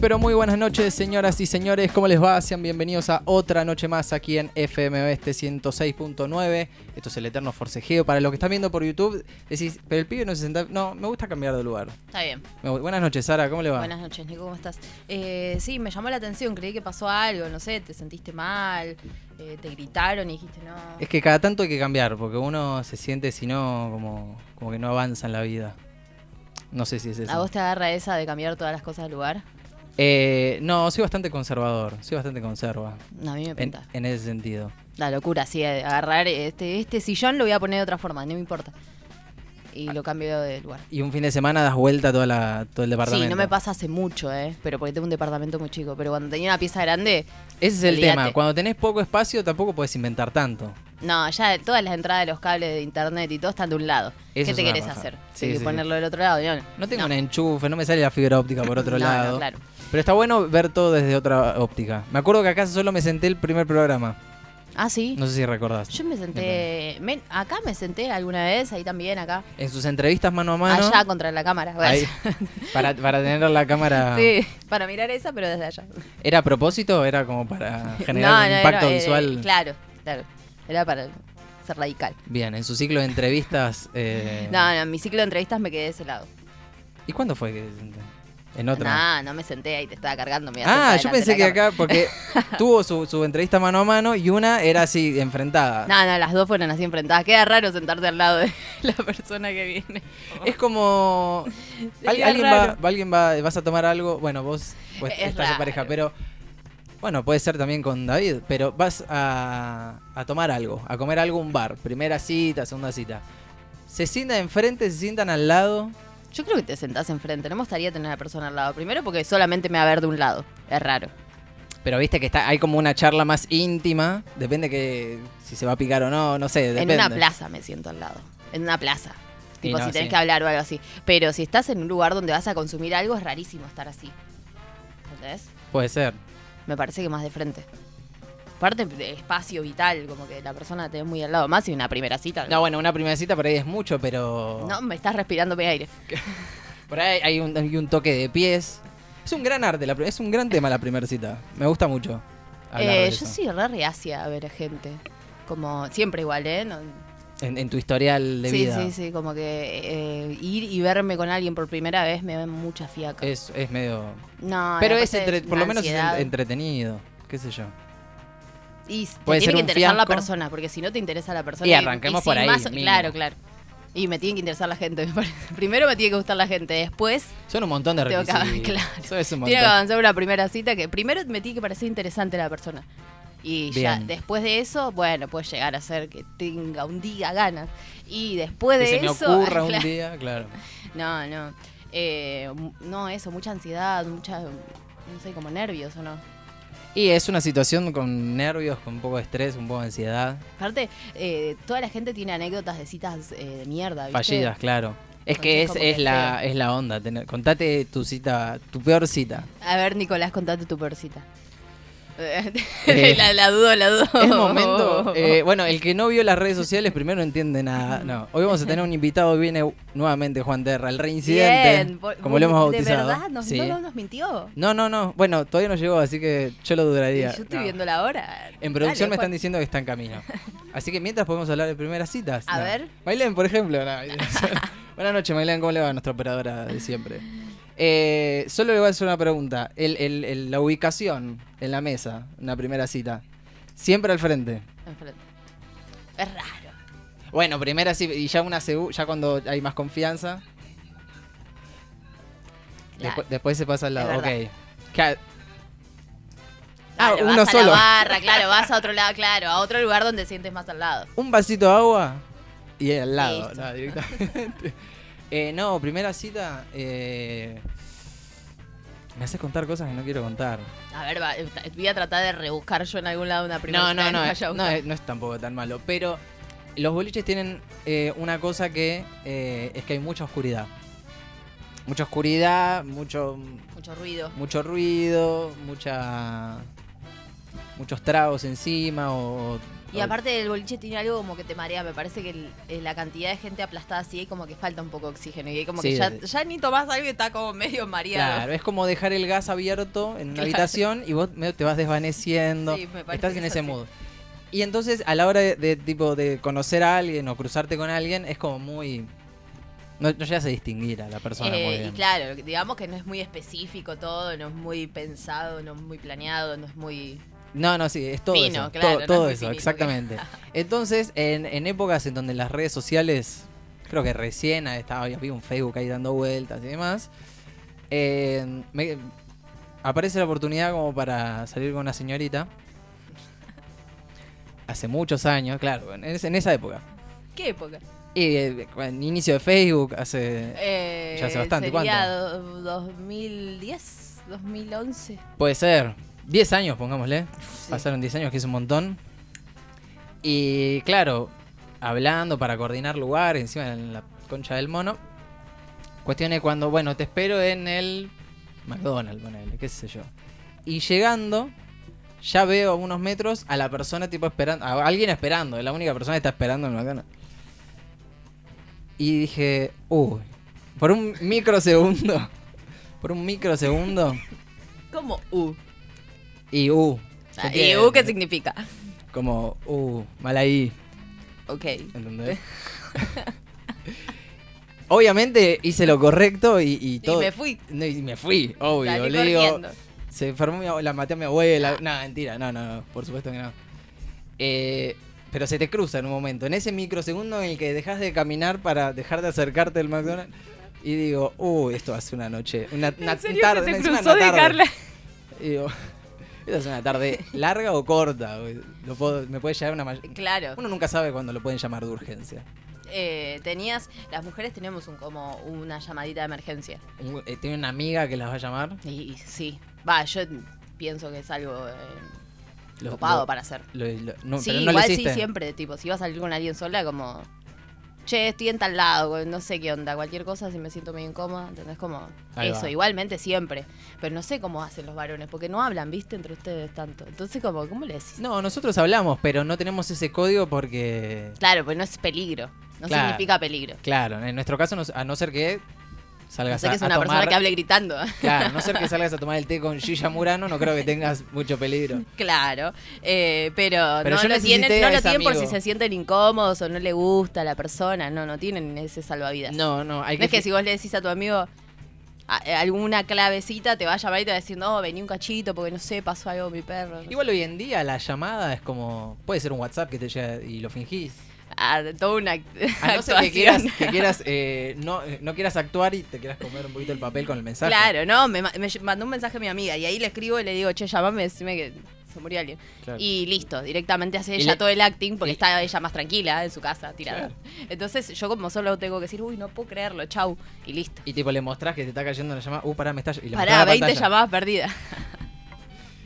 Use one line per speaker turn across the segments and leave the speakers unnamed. pero muy buenas noches, señoras y señores. ¿Cómo les va? Sean bienvenidos a otra noche más aquí en FM Oeste 106.9. Esto es el eterno forcejeo. Para los que están viendo por YouTube, decís, pero el pibe no se senta. No, me gusta cambiar de lugar.
Está bien.
Me gu- Buenas noches, Sara. ¿Cómo le va?
Buenas noches, Nico, ¿cómo estás? Eh, sí, me llamó la atención, creí que pasó algo, no sé, te sentiste mal, eh, te gritaron y dijiste no.
Es que cada tanto hay que cambiar, porque uno se siente, si no, como, como que no avanza en la vida. No sé si es eso.
¿A vos te agarra esa de cambiar todas las cosas de lugar?
Eh, no, soy bastante conservador. Soy bastante conserva.
No, a mí me
En,
pinta.
en ese sentido.
La locura, sí, de agarrar este, este sillón lo voy a poner de otra forma, no me importa. Y lo cambio de lugar.
Y un fin de semana das vuelta toda la, todo el departamento.
Sí, no me pasa hace mucho, ¿eh? Pero porque tengo un departamento muy chico. Pero cuando tenía una pieza grande,
Ese es el
Olvídate.
tema. Cuando tenés poco espacio, tampoco puedes inventar tanto.
No, ya todas las entradas de los cables de internet y todo están de un lado.
Eso
¿Qué
es
te
una
querés
paja.
hacer?
Sí,
Hay que
sí,
ponerlo del otro lado, ¿no?
No tengo un enchufe, no me sale la fibra óptica por otro
No, no,
lado.
claro.
Pero está bueno ver todo desde otra óptica. Me acuerdo que acá solo me senté el primer programa.
Ah, sí.
No sé si recordás.
Yo me senté. men, acá me senté alguna vez, ahí también, acá.
En sus entrevistas mano a mano.
allá contra la cámara.
ahí, Ah.
vaya.
para, para tener la cámara.
Sí, para mirar esa, pero desde allá.
¿Era a propósito? ¿Era como para generar
No,
un
no,
impacto
era, eh,
visual?
claro, claro. Era para ser radical.
Bien, en su ciclo de entrevistas. eh,
No, no, en mi ciclo de entrevistas me quedé de ese lado.
¿Y cuándo fue que te senté? En otra.
No, no me senté ahí, te estaba cargando. me iba a
Ah,
sentar
yo
delante
pensé
de
que
la cámara.
acá, porque tuvo su, su entrevista mano a mano y una era así, enfrentada.
No, no, las dos fueron así enfrentadas. Queda raro sentarte al lado de la persona que viene.
Es como. al-
Sería
alguien, va,
raro.
alguien va. Vas a tomar algo. Bueno, vos. Pues,
Es
estás en
raro.
pareja, pero. Bueno, puede ser también con David, pero vas a, a tomar algo, a comer algo, a un bar. Primera cita, segunda cita. Se sientan enfrente, se sientan al lado.
Yo creo que te sentás enfrente. No me gustaría tener a la persona al lado. Primero porque solamente me va a ver de un lado. Es raro.
Pero viste que está, hay como una charla más íntima. Depende que si se va a picar o no, no sé. Depende.
En una plaza me siento al lado. En una plaza.
Y
Tipo,
no,
si tenés
sí.
que hablar o algo así. Pero si estás en un lugar donde vas a consumir algo, es rarísimo estar así. ¿Entendés?
Puede ser.
Me parece que más de frente. Aparte, de espacio vital, como que la persona la tenés muy al lado. Más y una primera cita.
No, bueno, una primera cita por ahí es mucho, pero.
No, me estás respirando mi aire.
Por ahí hay un, hay un toque de pies. Es un gran arte, la pri- es un gran tema la primera cita. Me gusta mucho. hablar de
Eh,
eso.
yo soy re reacia a ver a gente. Como siempre igual, ¿eh? No-
En, en tu historial de
sí,
vida.
sí, sí. Como que eh, ir y verme con alguien por primera vez me da mucha fiaca.
Es, es medio.
no,
Eh, Pero
y
es
aparte
entre- por lo
una
menos es en-
ansiedad.
entretenido. ¿Qué sé yo?
Y te
Puede
tiene
ser
que
un
interesar la
fiasco.
persona, porque si no te interesa la persona.
Y arranquemos por ahí, mínimo.
claro, claro. Y me tiene que interesar la gente, me parece. Primero me tiene que gustar la gente, después
Son un montón de
Tengo que-
requisitos.
claro.
Eso es un
tiene que
montón.
avanzar una primera cita que primero me tiene que parecer interesante la persona. Y ya
Bien.
después de eso, bueno, puede llegar a ser que tenga un día ganas. Y después
Que
de
se me
eso.
ocurra un
claro,
día, claro.
No, no. Eh, mu- no, eso, mucha ansiedad, mucha. No sé, como nervios o no.
Y es una situación con nervios, con un poco de estrés, un poco de ansiedad.
Aparte, eh, toda la gente tiene anécdotas de citas eh, de mierda, ¿viste?
Fallidas, claro. Es que es,
Entonces, como
es
que
la, es la onda. tener- contate tu cita, tu peor cita.
A ver, Nicolás, contate tu peor cita.
Eh.
la, la dudo, la dudo.
Es momento. eh, bueno, el que no vio las redes sociales primero no entiende nada. No, hoy vamos a tener un invitado. Viene nuevamente Juan Terra, el reincidente.
Bien, por-
como lo hemos bautizado.
¿De verdad? ¿Nos,
Sí.
no, no nos mintió? Eh,
No, no, no. Bueno, todavía no llegó, así que yo lo dudaría.
Yo estoy
No.
viendo la hora.
En producción me
Dale,
están diciendo que está en camino. Así que mientras podemos hablar de primeras citas.
A ver.
Mailén, por ejemplo. No, Buenas noches, Mailén. ¿Cómo le va a nuestra operadora de siempre? Eh, solo le voy a hacer una pregunta. El- el- el- la ubicación en la mesa, una primera cita. Siempre al frente.
Juan. Enfrente. Es raro.
Bueno, primera sí, y ya una segu- ya cuando hay más confianza.
Claro.
despu- después se pasa al
Es
lado. Ok.
verdad.
Claro. Ah,
Claro,
uno
vas
solo.
A la barra, claro, vas a otro lado, claro, a otro lugar donde sientes más al lado.
Un vasito de agua y al lado,
Listo.
no, directamente. Eh, no, primera cita. eh, me haces contar cosas que no quiero contar.
A ver, va- eh, voy a tratar de rebuscar yo en algún lado una primera
No,
cita
no,
que
no,
me
es-
haya
no, eh.
gustado.
es, no es tampoco tan malo. Pero los boliches tienen eh, una cosa que eh, es que hay mucha oscuridad. Mucha oscuridad, mucho
Mucho ruido.
mucho ruido, mucha muchos tragos encima o, o
Y aparte el boliche tiene algo como que te marea, me parece que el- eh, la cantidad de gente aplastada así hay como que falta un poco de oxígeno y hay como
Sí,
que ya,
desde-
ya ni tomás algo y está como medio mareado.
Claro, es como dejar el gas abierto en una
Claro.
habitación y vos medio te vas desvaneciendo.
Sí, me parece
estás
que
en
es
ese
así.
mood. Y entonces a la hora de, de, tipo de conocer a alguien o cruzarte con alguien es como muy no, no llegas a distinguir a la persona
Eh,
muy
y
bien.
claro, lo que- digamos que no es muy específico todo, no es muy pensado, no es muy planeado, no es muy...
No, no, sí, es todo
Fino,
eso.
claro,
todo-
no es
todo,
muy
eso,
finito,
exactamente. Entonces, en, en épocas en donde las redes sociales, creo que recién estaba, había un Facebook ahí dando vueltas y demás, eh, me- aparece la oportunidad como para salir con una señorita. Hace muchos años, claro, en, es- en esa época.
¿Qué época?
Y eh, en inicio de Facebook, hace.
Eh,
Ya hace bastante,
sería do- 2010, 2011.
Puede ser, 10 años, pongámosle.
Sí.
Pasaron 10 años, que es un montón. Y claro, hablando para coordinar lugar, encima en la concha del mono. Cuestión es cuando, bueno, te espero en el McDonald's, ponele, qué sé yo. Y llegando, ya veo a unos metros a la persona tipo esperando, a alguien esperando, es la única persona que está esperando en el McDonald's. Y dije, uy, por un microsegundo, por un microsegundo,
¿Cómo? U.
y uh.
Ah, ¿Y
¿qué-
U qué significa?
como, uh, mal ahí,
Ok.
¿entendés? Obviamente hice lo correcto y, y todo.
me fui.
No, y me fui, obvio.
Salí
le digo,
corriendo.
se enfermó mi abuela, maté a mi abuela. No, mentira, no, no, no, por supuesto que no. Eh, pero se te cruza en un momento, en ese microsegundo en el que dejas de caminar para dejar de acercarte al McDonald's. Y digo, uh, esto hace una noche, una, una
¿En serio
tarde,
se te
encima una
cruzó
tarde.
dejarla?
Y digo, ¿esta es una tarde larga o corta? Lo puedo- me puede llegar una may-
Claro.
Uno nunca sabe cuándo lo pueden llamar de urgencia.
Eh, tenías, las mujeres tenemos un, como una llamadita de emergencia.
Un- eh, Tiene una amiga que las va a llamar.
Y, y sí, va, yo pienso que es algo eh,
Lo-
copado
lo-
para hacer.
Lo- lo- no,
sí,
pero no lo
igual sí,
hiciste.
siempre, tipo, si vas a salir con alguien sola, como, che, estoy en tal lado, no sé qué onda, cualquier cosa, si me siento medio incómoda, ¿entendés? Como
Ahí
eso,
va.
igualmente siempre. Pero no sé cómo hacen los varones, porque no hablan, ¿viste? Entre ustedes tanto. Entonces, como, ¿cómo le decís?
No, nosotros hablamos, pero no tenemos ese código porque.
Claro, pues no es peligro, no
Claro.
significa peligro.
Claro, en nuestro caso, nos- a no ser que
No
salgas
sé
a,
que es
a
una
tomar.
persona que hable gritando.
Claro, a no ser que salgas a tomar el té con Gilla Murano, no creo que tengas mucho peligro.
Claro, eh, pero,
Pero
no
yo
lo
necesité
tienen, no
a
lo
ese
tienen por
amigo.
si se sienten incómodos o no le gusta a la persona, no, no tienen ese salvavidas.
No, no, hay
No es que
fi-
si vos le decís a tu amigo a- eh, alguna clavecita, te va a llamar y te va a decir, no, vení un cachito porque no sé, pasó algo con mi perro. no sé.
Igual hoy en día la llamada es como. Puede ser un WhatsApp que te llega y lo fingís.
Ah, toda una
A no ser que
actuación.
quieras, que quieras eh, no, no quieras actuar y te quieras comer un poquito el papel con el mensaje.
Claro, no, me, ma- me ll- mandó un mensaje a mi amiga y ahí le escribo y le digo, che, llamame, decime que se murió alguien.
Claro.
Y listo, directamente hace
Y
ella
le-
todo el acting porque
y-
está ella más tranquila en su casa, tirada.
Claro.
Entonces yo como solo tengo que decir, uy, no puedo creerlo, chau, y listo.
Y tipo le mostrás que te está cayendo la llamada. Uh, pará, me está. Y le mostrás
Pará,
la
20
pantalla.
llamadas perdidas.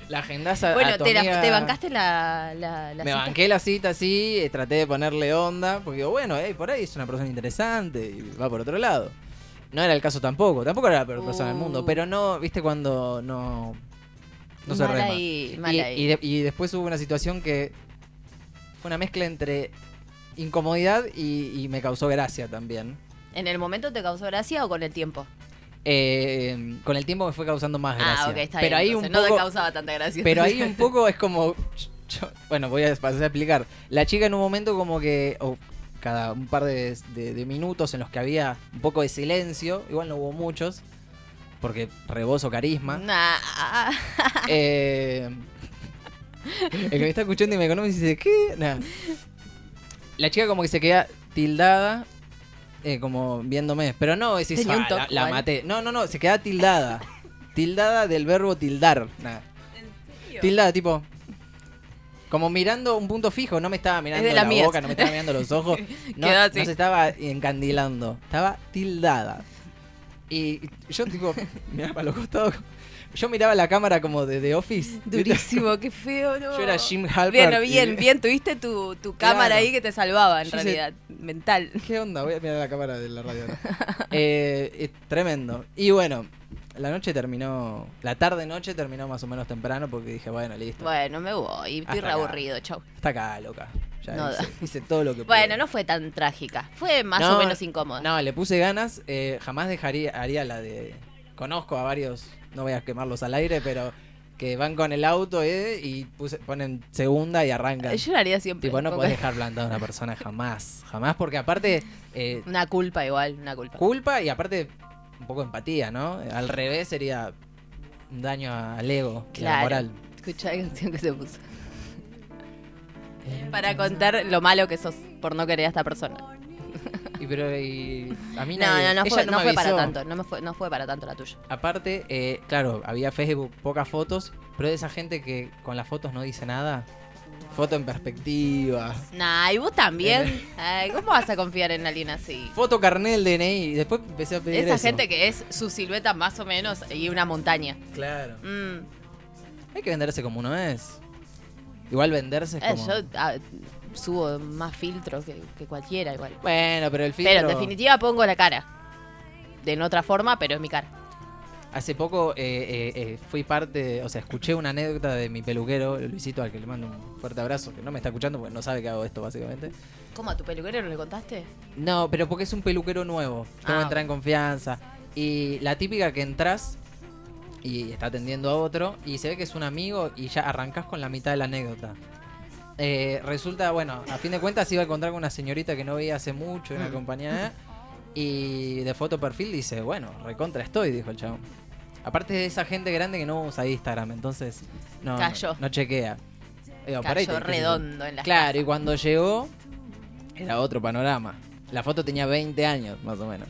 La agendás a, a
Bueno,
tu
te, la-
amiga.
te bancaste la, la, la
Me
cita.
banqué la cita así, eh, traté de ponerle onda, porque digo, bueno, eh, por ahí es una persona interesante y va por otro lado. No era el caso tampoco, tampoco era la peor persona del mundo,
Uh.
pero no, viste, cuando no, no se
Mal
rema.
ahí, mal
y,
ahí.
y de- y después hubo una situación que fue una mezcla entre incomodidad y, y me causó gracia también.
¿En el momento te causó gracia o con el tiempo?
Eh, con el tiempo me fue causando más gracia.
Ah, ok, está
pero
bien.
ahí
entonces
un poco,
No te causaba tanta gracia.
Pero ahí un poco es como. yo- bueno, voy a pasar a explicar. La chica en un momento como que. o cada un par de, de- de minutos en los que había un poco de silencio. Igual no hubo muchos. Porque rebozo carisma.
Nah.
Eh, el que me está escuchando y me conoce dice, ¿qué? Nah. La chica como que se queda tildada, eh, como viéndome. Pero no, decís,
Tenía un
"Ah,
toque
la- la,
igual".
maté. No, no, no, se queda tildada. tildada del verbo tildar. Nah. Tildada, tipo... Como mirando un punto fijo, no me estaba mirando
de
la
las mías.
boca, no me estaba mirando los ojos, no,
Quedó
no
así.
se estaba encandilando, estaba tildada. Y yo tipo, miraba para los costados, yo miraba la cámara como de The Office.
Durísimo, qué feo, no.
Yo era Jim Halpert.
Bien,
y-
no, bien, bien. Tuviste tu, tu
Claro.
cámara ahí que te salvaba, en
Yo hice-
realidad. Mental.
¿Qué onda? Voy a mirar la cámara de la radio. ahora. Eh, eh, tremendo. Y bueno, la noche terminó, la tarde-noche terminó más o menos temprano porque dije, bueno, listo.
Bueno, me voy.
Hasta
Estoy re
acá.
aburrido, chau.
Está acá, loca. Ya
No
hice,
da.
hice todo lo que pude.
Bueno, no fue tan trágica. Fue más
No,
o menos incómoda.
No, le puse ganas. eh, jamás dejaría haría la de. Conozco a varios, no voy a quemarlos al aire, pero que van con el auto eh, y puse- ponen segunda y arrancan.
Eh, Yo lo haría siempre.
Tipo, no
Como-
podés dejar plantada a una persona jamás. Jamás, porque aparte, eh,
Una culpa igual, una culpa.
culpa y aparte, un poco de empatía, ¿no? Al revés sería un daño al ego, y a la
Claro.
moral.
Escuchá la canción que se puso.
Eh,
Para contar lo malo que sos por no querer a esta persona.
Y, pero, y a mí
No,
nadie-
no, no
ella
fue, no
me
fue para
avisó.
tanto. No, me fue, no fue para tanto la tuya.
Aparte, eh, claro, había Facebook, pocas fotos, pero de esa gente que con las fotos no dice nada. Foto en perspectiva.
Nah, y vos
Eh.
también. Ay, ¿Cómo vas a confiar en alguien así?
Foto carnel DNI. Y después empecé a pedir
Esa
eso.
gente que es su silueta más o menos y una montaña.
Claro.
Mm,
Hay que venderse como uno es. Igual venderse es
eh,
como...
yo ah, subo más filtros que, que cualquiera igual.
Bueno, pero el filtro...
Pero en definitiva pongo la cara. De en otra forma, pero es mi cara.
Hace poco eh, eh, eh, fui parte, de- o sea, escuché una anécdota de mi peluquero, Luisito, al que le mando un fuerte abrazo, que no me está escuchando porque no sabe que hago esto, básicamente.
¿Cómo a tu peluquero no le contaste?
No, pero porque es un peluquero nuevo. Tengo
Ah.
que entrar en confianza. Y la típica que entras y está atendiendo a otro y se ve que es un amigo y ya arrancas con la mitad de la anécdota. Eh, resulta, bueno, a fin de cuentas iba a encontrar con una señorita que no veía hace mucho, una
Mm.
compañía, y de foto perfil dice, bueno, recontra estoy, dijo el chabón. Aparte de esa gente grande que no usa Instagram, entonces no, no-
Cayó.
no chequea. Digo, por ahí
Cayó
te- qué sé yo.
redondo en la
Claro, y cuando llegó era otro panorama. La foto tenía 20 años, más o menos.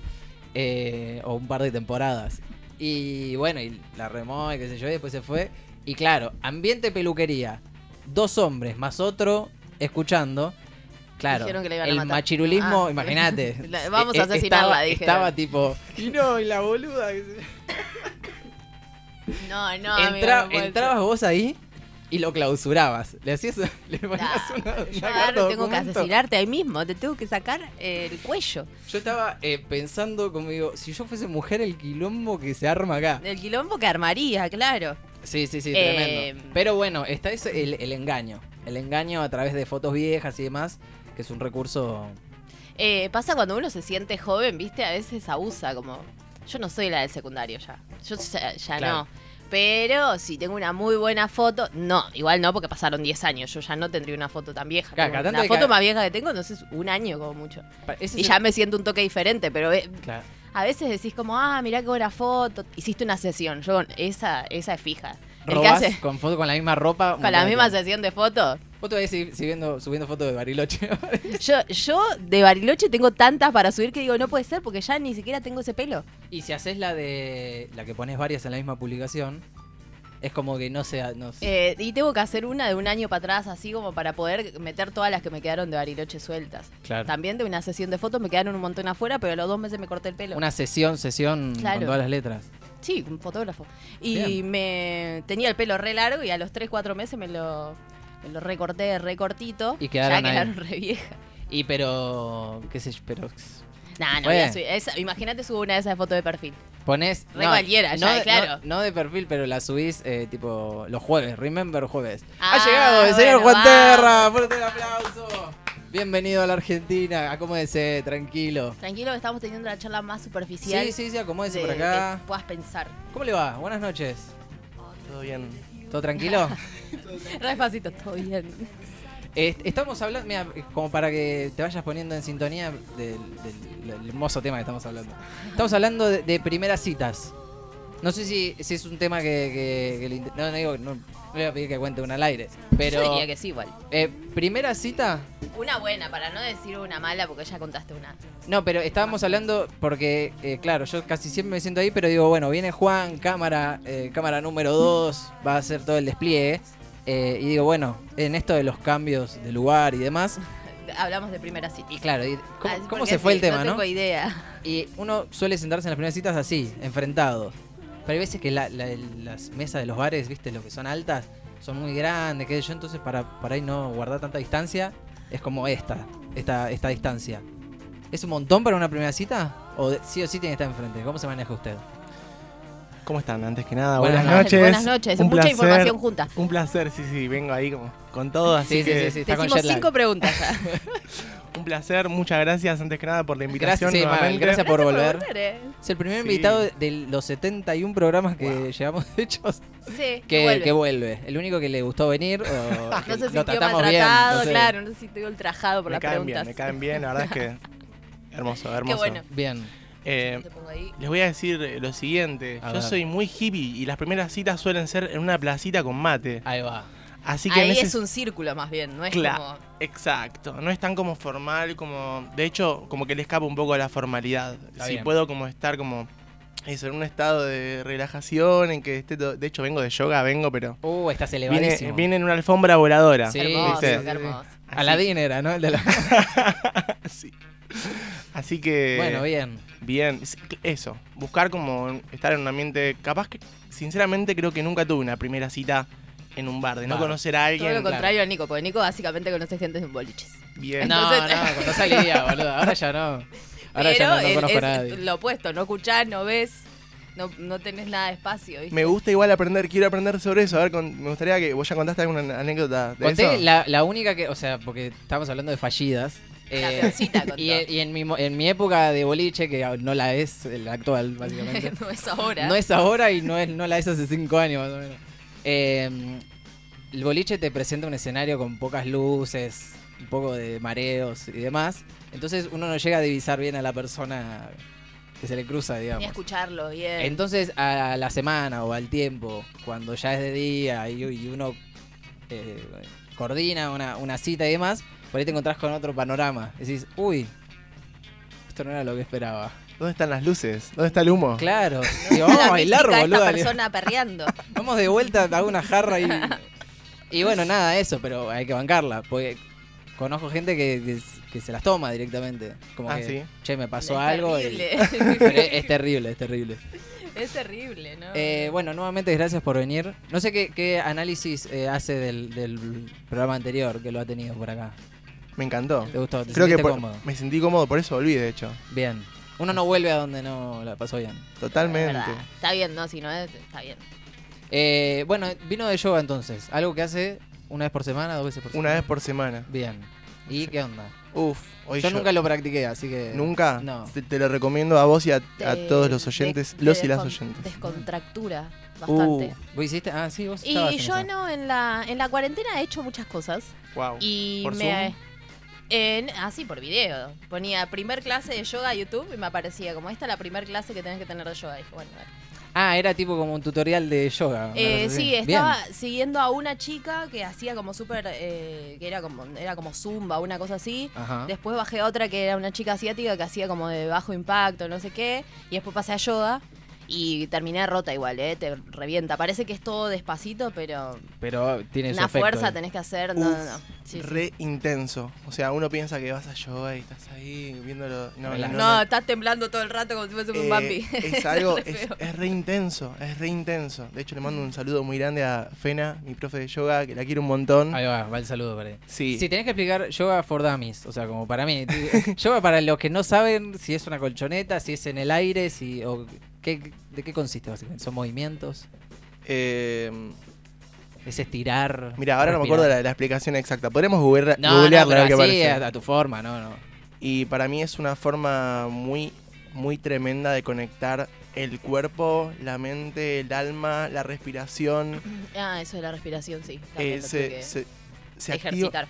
Eh, o un par de temporadas. Y bueno, y la remó y qué sé yo, y después se fue. Y claro, ambiente peluquería. Dos hombres más otro escuchando. Claro,
Dijeron que la iban a
el
matar.
machirulismo,
Ah.
imagínate.
La- vamos a
Eh, eh,
asesinarla,
estaba,
dijeron.
Estaba tipo, y no, y la boluda. que se-
No,
Entra-
no, amigo, no puede
entrabas vos ahí y lo clausurabas. Le hacías, le
ser.
ponías una,
Nah, yo
una
ahora
carta
tengo que
documento.
asesinarte ahí mismo, te tengo que sacar eh, el cuello.
Yo estaba eh, pensando conmigo, si yo fuese mujer, el quilombo que se arma acá.
El quilombo que armaría, claro.
Sí, sí, sí,
Eh,
tremendo. Pero bueno, está ese- el, el engaño. El engaño a través de fotos viejas y demás, que es un recurso.
Eh, pasa cuando uno se siente joven, ¿viste? A veces abusa, como. Yo no soy la del secundario ya. Yo ya, ya
Claro.
no. Pero si tengo una muy buena foto, no, igual no, porque pasaron 10 años. Yo ya no tendría una foto tan vieja.
Claro,
Tengo
cada tanto
una
hay
foto
que-
más vieja que tengo, entonces un año como mucho.
Pa- ese
Y
es
ya
el-
me siento un toque diferente, pero eh,
Claro.
a veces decís como, ah, mirá qué buena foto. Hiciste una sesión. Yo, esa, esa es fija. El que
Robás
hace
con foto con la misma ropa. un
con la
montón de
misma
tiempo.
sesión de fotos.
Vos todavía si- siguiendo- subiendo fotos de Bariloche.
Yo, yo de Bariloche tengo tantas para subir que digo, no puede ser porque ya ni siquiera tengo ese pelo.
y si haces la de. la que pones varias en la misma publicación, es como que no sea. No, sé.
Eh, y tengo que hacer una de un año para atrás, así como para poder meter todas las que me quedaron de Bariloche sueltas.
Claro.
También de una sesión de fotos me quedaron un montón afuera, pero a los dos meses me corté el pelo.
Una sesión, sesión
Claro.
con todas las letras.
Sí, un fotógrafo. Y
Bien.
me tenía el pelo re largo y a los 3, 4 meses me lo, me lo recorté re cortito.
Y quedaron
ya
ahí.
quedaron re vieja.
Y pero. qué sé yo, pero.
Nah, no,
Bueno.
voy a subir- esa- imagínate subo una de esas fotos de perfil.
Pones.
Re cualquiera, ya,
de-
claro.
No, no de perfil, pero la subís eh, tipo los jueves. Remember jueves.
Ah,
ha llegado el señor
bueno,
Juan
vamos.
Terra. Fuerte el aplauso. Bienvenido a la Argentina. Acomódese, tranquilo.
Tranquilo, que estamos teniendo la charla más superficial.
Sí, sí, sí, acomódese
de-
por acá.
que puedas pensar.
¿Cómo le va? Buenas noches.
Todo bien.
¿Todo tranquilo?
Re facito, todo bien.
Est- estamos hablando, mira, como para que te vayas poniendo en sintonía del, del- del hermoso tema que estamos hablando. Estamos hablando de, de primeras citas. No sé si, si es un tema que, que- que le inter- no, no digo, no, no le voy a pedir que cuente una al aire, pero
Yo diría que sí, igual.
eh, primera cita.
Una buena, para no decir una mala, porque ya contaste una.
No, pero estábamos hablando porque, eh, claro, yo casi siempre me siento ahí, pero digo, bueno, viene Juan, cámara, eh, cámara número 2, va a hacer todo el despliegue. eh, y digo, bueno, en esto de los cambios de lugar y demás.
Hablamos de primera cita.
Y claro, y ¿cómo,
Ah,
cómo
porque
se fue
sí,
el tema,
No
no?
tengo idea.
Y uno suele sentarse en las primeras citas así, enfrentado. Pero hay veces que la- la- las mesas de los bares, viste, los que son altas, son muy grandes, qué sé yo, entonces para, para ahí no guardar tanta distancia, es como esta, esta, esta distancia. ¿Es un montón para una primera cita? ¿O de- sí o sí tiene que estar enfrente? ¿Cómo se maneja usted? ¿Cómo están? Antes que nada,
Buenas
buenas,
Ángel,
noches.
Buenas noches.
Un
Mucha
placer.
información junta.
Un placer, sí, sí, vengo ahí como con todo, así
Sí, sí,
que
sí, sí.
Te
Está con
hicimos
jet lag.
cinco preguntas ya.
un placer, muchas gracias antes que nada por la invitación
Gracias, sí, Mabel,
nuevamente.
gracias por volver.
eh.
Es el primer
Sí.
invitado de los 71 programas que
Wow.
llevamos hechos
Sí,
que
vuelve.
vuelve. que vuelve. El único que le gustó venir. O que
No se
lo
sintió
tratamos bien,
maltratado,
no sé.
claro, no se sintió ultrajado por
me
las
caen
preguntas.
bien, me caen bien, la verdad es que hermoso, hermoso.
bueno.
Bien.
Eh,
Te pongo ahí.
les voy a decir eh, lo siguiente,
A
yo
ver.
soy muy hippie y las primeras citas suelen ser en una placita con mate.
Ahí va.
Así que
Ahí
en ese
es un círculo más bien, no es
Claro,
como...
exacto. No es tan como formal, como. De hecho, como que le escapa un poco a la formalidad.
Está
si
bien.
puedo como estar como. Eso, en un estado de relajación, en que esté todo. De hecho, vengo de yoga, vengo, pero.
Uh, estás
Viene,
elevadísimo.
viene en una alfombra voladora.
Sí,
hermoso,
sí,
qué
sí.
hermoso.
A la dinera, ¿no? El de la-
Así. Así que.
Bueno, bien.
Bien, s- eso. Buscar como estar en un ambiente. Capaz que. Sinceramente, creo que nunca tuve una primera cita en un bar, de no
Claro.
conocer a alguien.
Todo lo contrario a Nico, porque Nico básicamente conoce gente en boliches.
Bien.
No,
Entonces-
no, cuando salía, boludo. Ahora ya no. Ahora
Pero
ya no, no
es-
conozco a
es
nadie.
lo opuesto, no escuchás, no ves, no, no tenés nada de espacio, ¿viste?
Me gusta igual aprender, quiero aprender sobre eso. A ver, con- me gustaría que vos ya contaste alguna anécdota de
Conté
eso.
la, la única que, o sea, porque estábamos hablando de fallidas.
La
eh,
peorcita contó.
y en, y en mi, mo- en mi época de boliche, que no la es la actual, básicamente.
no es ahora.
No es ahora y no, es, no la es hace cinco años, más o menos. Eh, el boliche te presenta un escenario con pocas luces, un poco de mareos y demás. Entonces uno no llega a divisar bien a la persona que se le cruza,
Ni a
digamos.
escucharlo bien.
Entonces, a la semana o al tiempo, cuando ya es de día y, y uno eh, coordina una, una cita y demás, por ahí te encontrás con otro panorama. Decís, uy, esto no era lo que esperaba.
¿Dónde están las luces? ¿Dónde está el humo?
Claro,
Está
digo, vamos a
la
bailar,
mística de
boludo.
esta persona perreando.
Vamos de vuelta a una jarra y. Y bueno, nada, eso, pero hay que bancarla. Porque conozco gente que, que s- que se las toma directamente. Como
Ah,
que,
sí.
che, me pasó
Es
algo. y-
terrible.
pero es, es terrible, es terrible.
es terrible, ¿no?
Eh, bueno, nuevamente gracias por venir. No sé qué, qué análisis eh, hace del, del programa anterior que lo ha tenido por acá.
Me encantó.
¿Te gustó? ¿Te
Creo que
sentiste
por-
cómodo?
me sentí cómodo, por eso volví, de hecho.
Bien. Uno no vuelve a donde no la pasó bien.
Es
Totalmente.
verdad. Está bien, no, si no es, está bien.
Eh, bueno, vino de yoga entonces. Algo que hace una vez por semana, dos veces por semana.
Una vez por semana.
Bien. ¿Y qué onda?
Uf, hoy
Yo nunca lo practiqué, así que.
¿Nunca?
No.
Te, te lo recomiendo a vos y a, a
Te-
todos los
te-
oyentes,
te
los y las
descon-
oyentes.
Descontractura
Uh,
bastante.
¿Vos hiciste? Ah, sí, vos estabas
y
en
yo
esa.
no, en la, en la cuarentena he hecho muchas cosas.
wow.
Y
¿Por
me.
Zoom?
En, así por video. Ponía primer clase de yoga a YouTube y me aparecía como esta es la primer clase que tenés que tener de yoga. Y dije, bueno, bueno.
Ah, era tipo como un tutorial de yoga. una cosa
Eh,
así.
sí,
Bien.
estaba siguiendo a una chica que hacía como súper. eh, que era como, era como zumba, una cosa así.
Ajá.
Después bajé a otra que era una chica asiática que hacía como de bajo impacto, no sé qué. Y después pasé a yoga y terminé rota igual, ¿eh? Te revienta. Parece que es todo despacito, pero
Pero tiene su
una
efecto,
fuerza
eh.
tenés que hacer. No, no, no.
Uf,
Sí, sí.
Re intenso. O sea, uno piensa que vas a yoga y estás ahí viéndolo. No, no,
Relajado.
no,
No,
no.
estás temblando todo el rato como si fuese un
Eh,
bambi.
Es algo,
re
es,
feo.
es re intenso, es re intenso. De hecho, le mando un saludo muy grande a Fena, mi profe de yoga, que la quiero un montón.
Ahí va, va el saludo para él.
Sí,
Si tenés que explicar yoga for dummies, o sea, como para mí. T- yoga para los que no saben si es una colchoneta, si es en el aire, si o qué, de qué consiste básicamente. ¿Son movimientos?
eh,
¿Es estirar?
mira, ahora no me
respirar?
acuerdo la, la explicación exacta. Podremos googlear-
No, no,
googlearla
pero
a ver qué
así,
parece.
a, a tu forma, no, no.
Y para mí es una forma muy, muy tremenda de conectar el cuerpo, la mente, el alma, la respiración.
Ah, eso de la respiración, sí. también lo
eh,
tuve
se,
que
se, se activa,
ejercitar.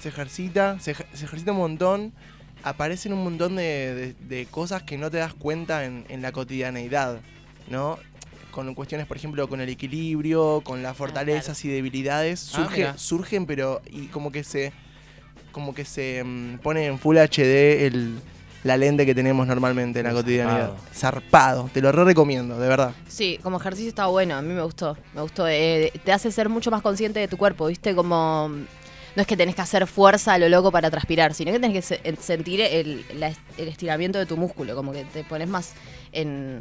se ejercita, se, ej- se ejercita un montón, aparecen un montón de, de- de cosas que no te das cuenta en, en la cotidianeidad, ¿no? Con cuestiones, por ejemplo, con el equilibrio, con las fortalezas y debilidades,
Ah,
surge,
mira.
surgen, pero y como que se como que se mm, pone en full HD el, la lente que tenemos normalmente en la
Uh,
cotidianidad. Zarpado, te lo re recomiendo, de verdad.
Sí, como ejercicio está bueno, a mí me gustó. Me gustó. eh, te hace ser mucho más consciente de tu cuerpo, ¿viste? Como. No es que tenés que hacer fuerza a lo loco para transpirar, sino que tenés que se- en- sentir el, la est- el estiramiento de tu músculo, como que te pones más en,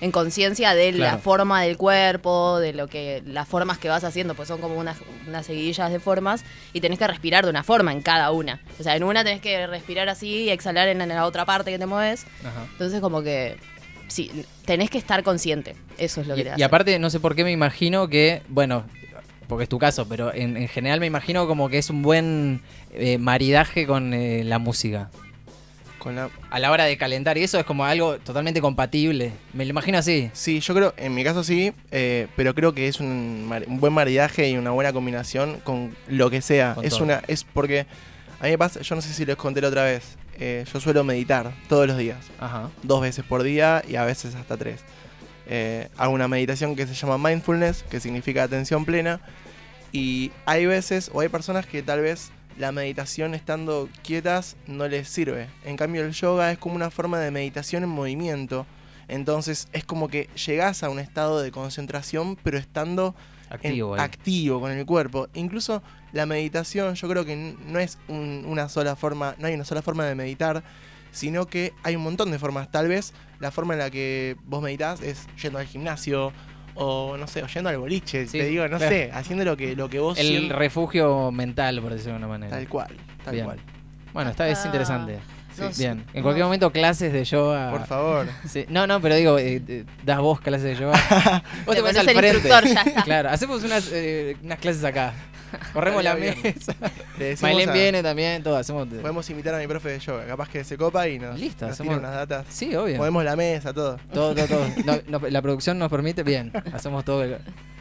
en conciencia de la
Claro.
forma del cuerpo, de lo que las formas que vas haciendo, pues son como unas, unas seguidillas de formas y tenés que respirar de una forma en cada una. O sea, en una tenés que respirar así y exhalar en, en la otra parte que te mueves.
Ajá.
Entonces como que sí, tenés que estar consciente. Eso es lo que
Y,
te
y
hace.
aparte, no sé por qué me imagino que, bueno, porque es tu caso, pero en, en general me imagino como que es un buen eh, maridaje con eh, la música.
Con la,
A la hora de calentar, y eso es como algo totalmente compatible. Me lo imagino así.
Sí, yo creo, en mi caso sí, eh, pero creo que es un, mar- un buen maridaje y una buena combinación con lo que sea.
Con
Es
todo.
una, es porque a mí me pasa, yo no sé si les conté la otra vez, eh, yo suelo meditar todos los días,
Ajá.
dos veces por día y a veces hasta tres. Eh, hago una meditación que se llama mindfulness, que significa atención plena, y hay veces o hay personas que tal vez la meditación estando quietas no les sirve. En cambio el yoga es como una forma de meditación en movimiento. Entonces es como que llegás a un estado de concentración, pero estando en-
Activo. eh. ahí.
activo con el cuerpo. Incluso la meditación, yo creo que n- no es un- una sola forma, no hay una sola forma de meditar, sino que hay un montón de formas. Tal vez la forma en la que vos meditas es yendo al gimnasio o no sé, o yendo al boliche,
Sí,
te digo, no
claro.
sé, haciendo lo que lo que vos
El
sientas.
refugio mental, por decirlo de una manera.
tal cual, tal
Bien.
cual.
Bueno, esta es interesante.
Sí.
Ah, No sé.
Bien. En cualquier momento, clases de yoga.
Por favor.
Sí. No, no, pero digo, eh, eh, das vos clases de yoga. Vos
Te
pones
pones el instructor, ya está.
claro, hacemos unas, eh, unas clases acá. Corremos la
Estaría bien.
mesa.
Le decimos
Mailén
a-
viene también, todo. Hacemos.
Podemos invitar a mi profe de yoga, capaz que se copa y nos,
Listo,
nos
hacemos-
tira unas datas.
Sí, obvio.
Movemos la mesa, todo.
Todo, todo, todo. No, no, la producción nos permite, bien. Hacemos todo. el-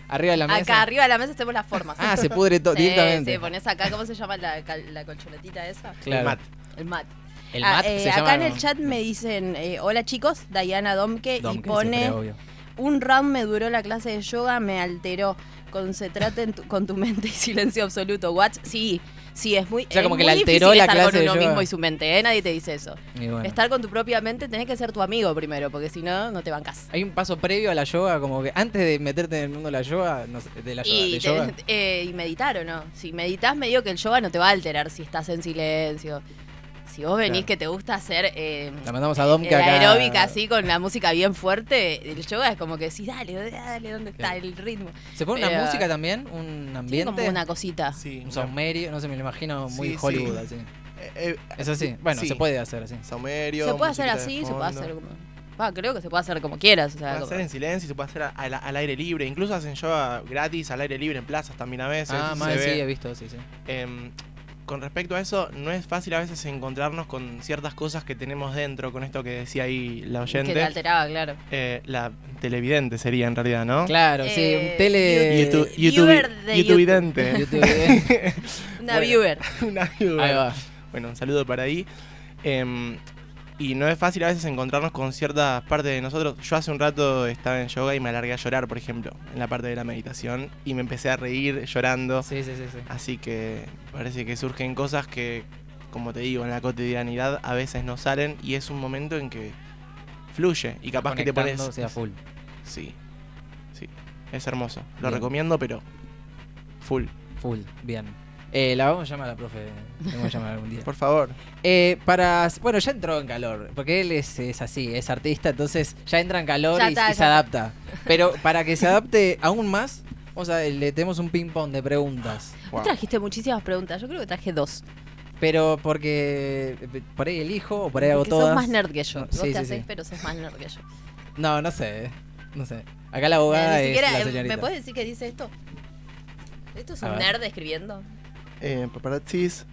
Arriba de la mesa.
Acá arriba de la mesa hacemos las formas.
Ah, se pudre todo
Sí,
directamente.
Sí, pones acá, ¿cómo se llama la, cal- la colchonetita esa?
Claro.
Mat.
El mat.
El
Ah,
mat
eh,
se
acá
llama-
en el chat me dicen, eh, hola chicos, Dayana Domke,
Dom,
y
que siempre,
pone,
obvio.
un round me duró la clase de yoga, me alteró. Concentrate en tu- con tu mente y silencio absoluto. What? Sí, sí, es muy,
O sea,
es
como que
muy
le alteró
difícil
la
estar
clase de
con uno
yoga.
mismo y su mente, ¿eh? nadie te dice eso.
Y bueno.
Estar con tu propia mente tenés que ser tu amigo primero, porque si no, no te bancas.
Hay un paso previo a la yoga, como que antes de meterte en el mundo de la yoga, no sé, de la yoga,
Y,
de yoga.
tenés- eh, y meditar o no. Si meditas, medio que el yoga no te va a alterar si estás en silencio. Si vos venís
Claro.
que te gusta hacer eh,
La mandamos a Dom que
eh,
acá.
aeróbica así con la música bien fuerte, el yoga es como que sí, dale, dale, ¿dónde está
Claro.
el ritmo?
¿Se pone una
Pero-
música también? ¿Un
Tiene
ambiente?
como una cosita.
Sí,
Ah. un
una-
saumerio, no sé, me lo imagino muy
Sí, sí.
Hollywood así.
eh, eh,
Es así. Bueno,
Sí.
se puede hacer así.
Saumerio.
Se puede hacer
musiquita de
así, se puede
fondo.
hacer como. Va, creo que se puede hacer como quieras. O sea,
Se puede
como-
hacer en silencio, se puede hacer a- al, al aire libre. Incluso hacen yoga gratis al aire libre en plazas también a veces.
ah,
se
más sí,
ve.
he visto, sí, sí.
Em, con respecto a eso, no es fácil a veces encontrarnos con ciertas cosas que tenemos dentro, con esto que decía ahí la
que te
oyente.
alteraba, claro.
Eh, la televidente sería en realidad, ¿no?
Claro, sí,
Eh,
un tele.
YouTube,
viewer de
YouTubevidente.
YouTube.
Una
Bueno.
viewer.
Una viewer.
Ahí va.
Bueno, un saludo para ahí. Em, y no es fácil a veces encontrarnos con ciertas partes de nosotros. Yo hace un rato estaba en yoga y me alargué a llorar, por ejemplo, en la parte de la meditación. Y me empecé a reír llorando.
Sí, sí, sí, sí.
Así que parece que surgen cosas que, como te digo, en la cotidianidad a veces no salen. Y es un momento en que fluye. Y capaz que te pones...
Conectando, sea full.
Sí, sí. Es hermoso. Lo
Bien.
recomiendo, pero... Full.
Full, bien. Eh, la vamos a llamar a la profe. La vamos a llamar algún día.
Por favor.
Eh, para, bueno, ya entró en calor, porque él es, es así, es artista, entonces ya entra en calor
Ya
y,
está,
y
ya
se
está.
adapta. Pero para que se adapte aún más, vamos a, le tenemos un ping-pong de preguntas.
Wow.
Trajiste muchísimas preguntas. Yo creo que traje dos.
Pero porque eh, por ahí elijo o por ahí hago
porque
todas.
sos más nerd que yo.
No,
Vos
sí,
te
sí,
hacés,
sí.
pero sos más nerd que yo.
No, no sé, eh, no sé. Acá la abogada
Eh, ni
es
siquiera,
la
eh,
señorita.
¿Me puedes decir qué dice esto? ¿Esto es
A
un
ver.
nerd escribiendo?
Eh, paparazzis.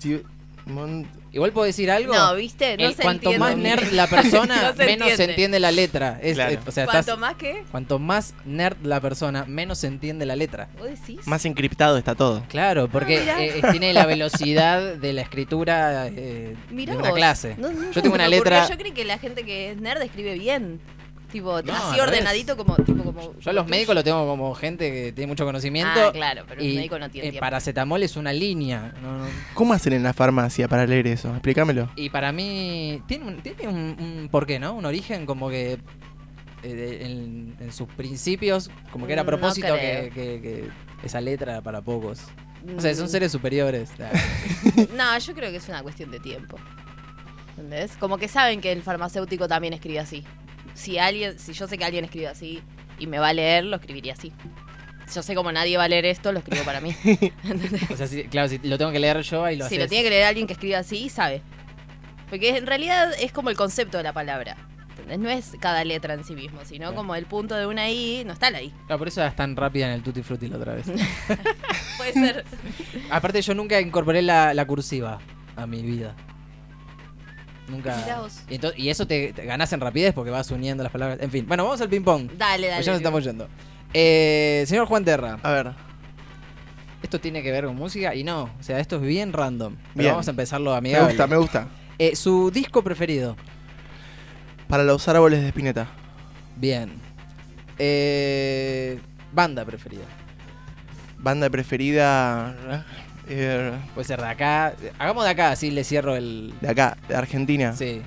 Tiu- mon-
Igual puedo decir algo.
No, ¿viste? No
Eh,
se
cuanto
entiende.
más nerd la persona,
No se
menos se
entiende.
entiende la letra. Es-
Claro.
eh, o sea,
Cuanto
estás-
más que
cuanto más nerd la persona, menos se entiende la letra.
vos decís.
Más encriptado está todo.
Claro, porque
Ah, mirá.
eh, eh, tiene la velocidad de la escritura eh,
Mirá
de una
vos.
clase.
No, nunca
Yo tengo
se
una
me ocurrió.
letra-
Yo creo que la gente que es nerd escribe bien. Tipo,
No,
así
al
ordenadito como, tipo, como.
Yo a los médicos lo tengo como gente que tiene mucho conocimiento.
Ah, claro, pero
y,
el médico no tiene
eh,
tiempo.
paracetamol es una línea. no- no-
¿Cómo hacen en la farmacia para leer eso? Explícamelo.
Y para mí tiene un, tiene un, un porqué, ¿no? Un origen como que eh, de- en, en sus principios, como que era a
No
propósito que,
creo.
que- que esa letra era para pocos. O sea, son
Mm.
seres superiores. la-
No, yo creo que es una cuestión de tiempo. ¿Entendés? Como que saben que el farmacéutico también escribe así. Si alguien, si yo sé que alguien escribe así y me va a leer, lo escribiría así. Yo sé como nadie va a leer esto, lo escribo para mí.
O sea, si- claro, si lo tengo que leer yo ahí lo
si
haces.
lo tiene que leer alguien que escribe así, sabe. Porque en realidad es como el concepto de la palabra. ¿entendés? No es cada letra en sí mismo, sino
Claro.
como el punto de una I no está la I.
No, Ah, por eso es tan rápida en el Tutti Frutti la otra vez.
Puede ser.
Aparte, yo nunca incorporé la, la cursiva a mi vida.
Mirá
Nunca.
vos.
Y, ento- y eso te, te ganás en rapidez porque vas uniendo las palabras. En fin, bueno, vamos al ping-pong.
Dale, dale.
Pues ya nos
Leo.
estamos yendo. Eh, señor Juan Terra,
A ver,
¿esto tiene que ver con música? Y no, o sea, esto es bien random. Pero
Bien.
vamos a empezarlo
me
amigable.
gusta, me gusta.
Eh, Su disco preferido.
Para los árboles de espineta.
Bien. Eh, banda preferida.
Banda preferida eh,
Puede ser de acá. Hagamos de acá, así le cierro el.
de acá, de Argentina.
Sí,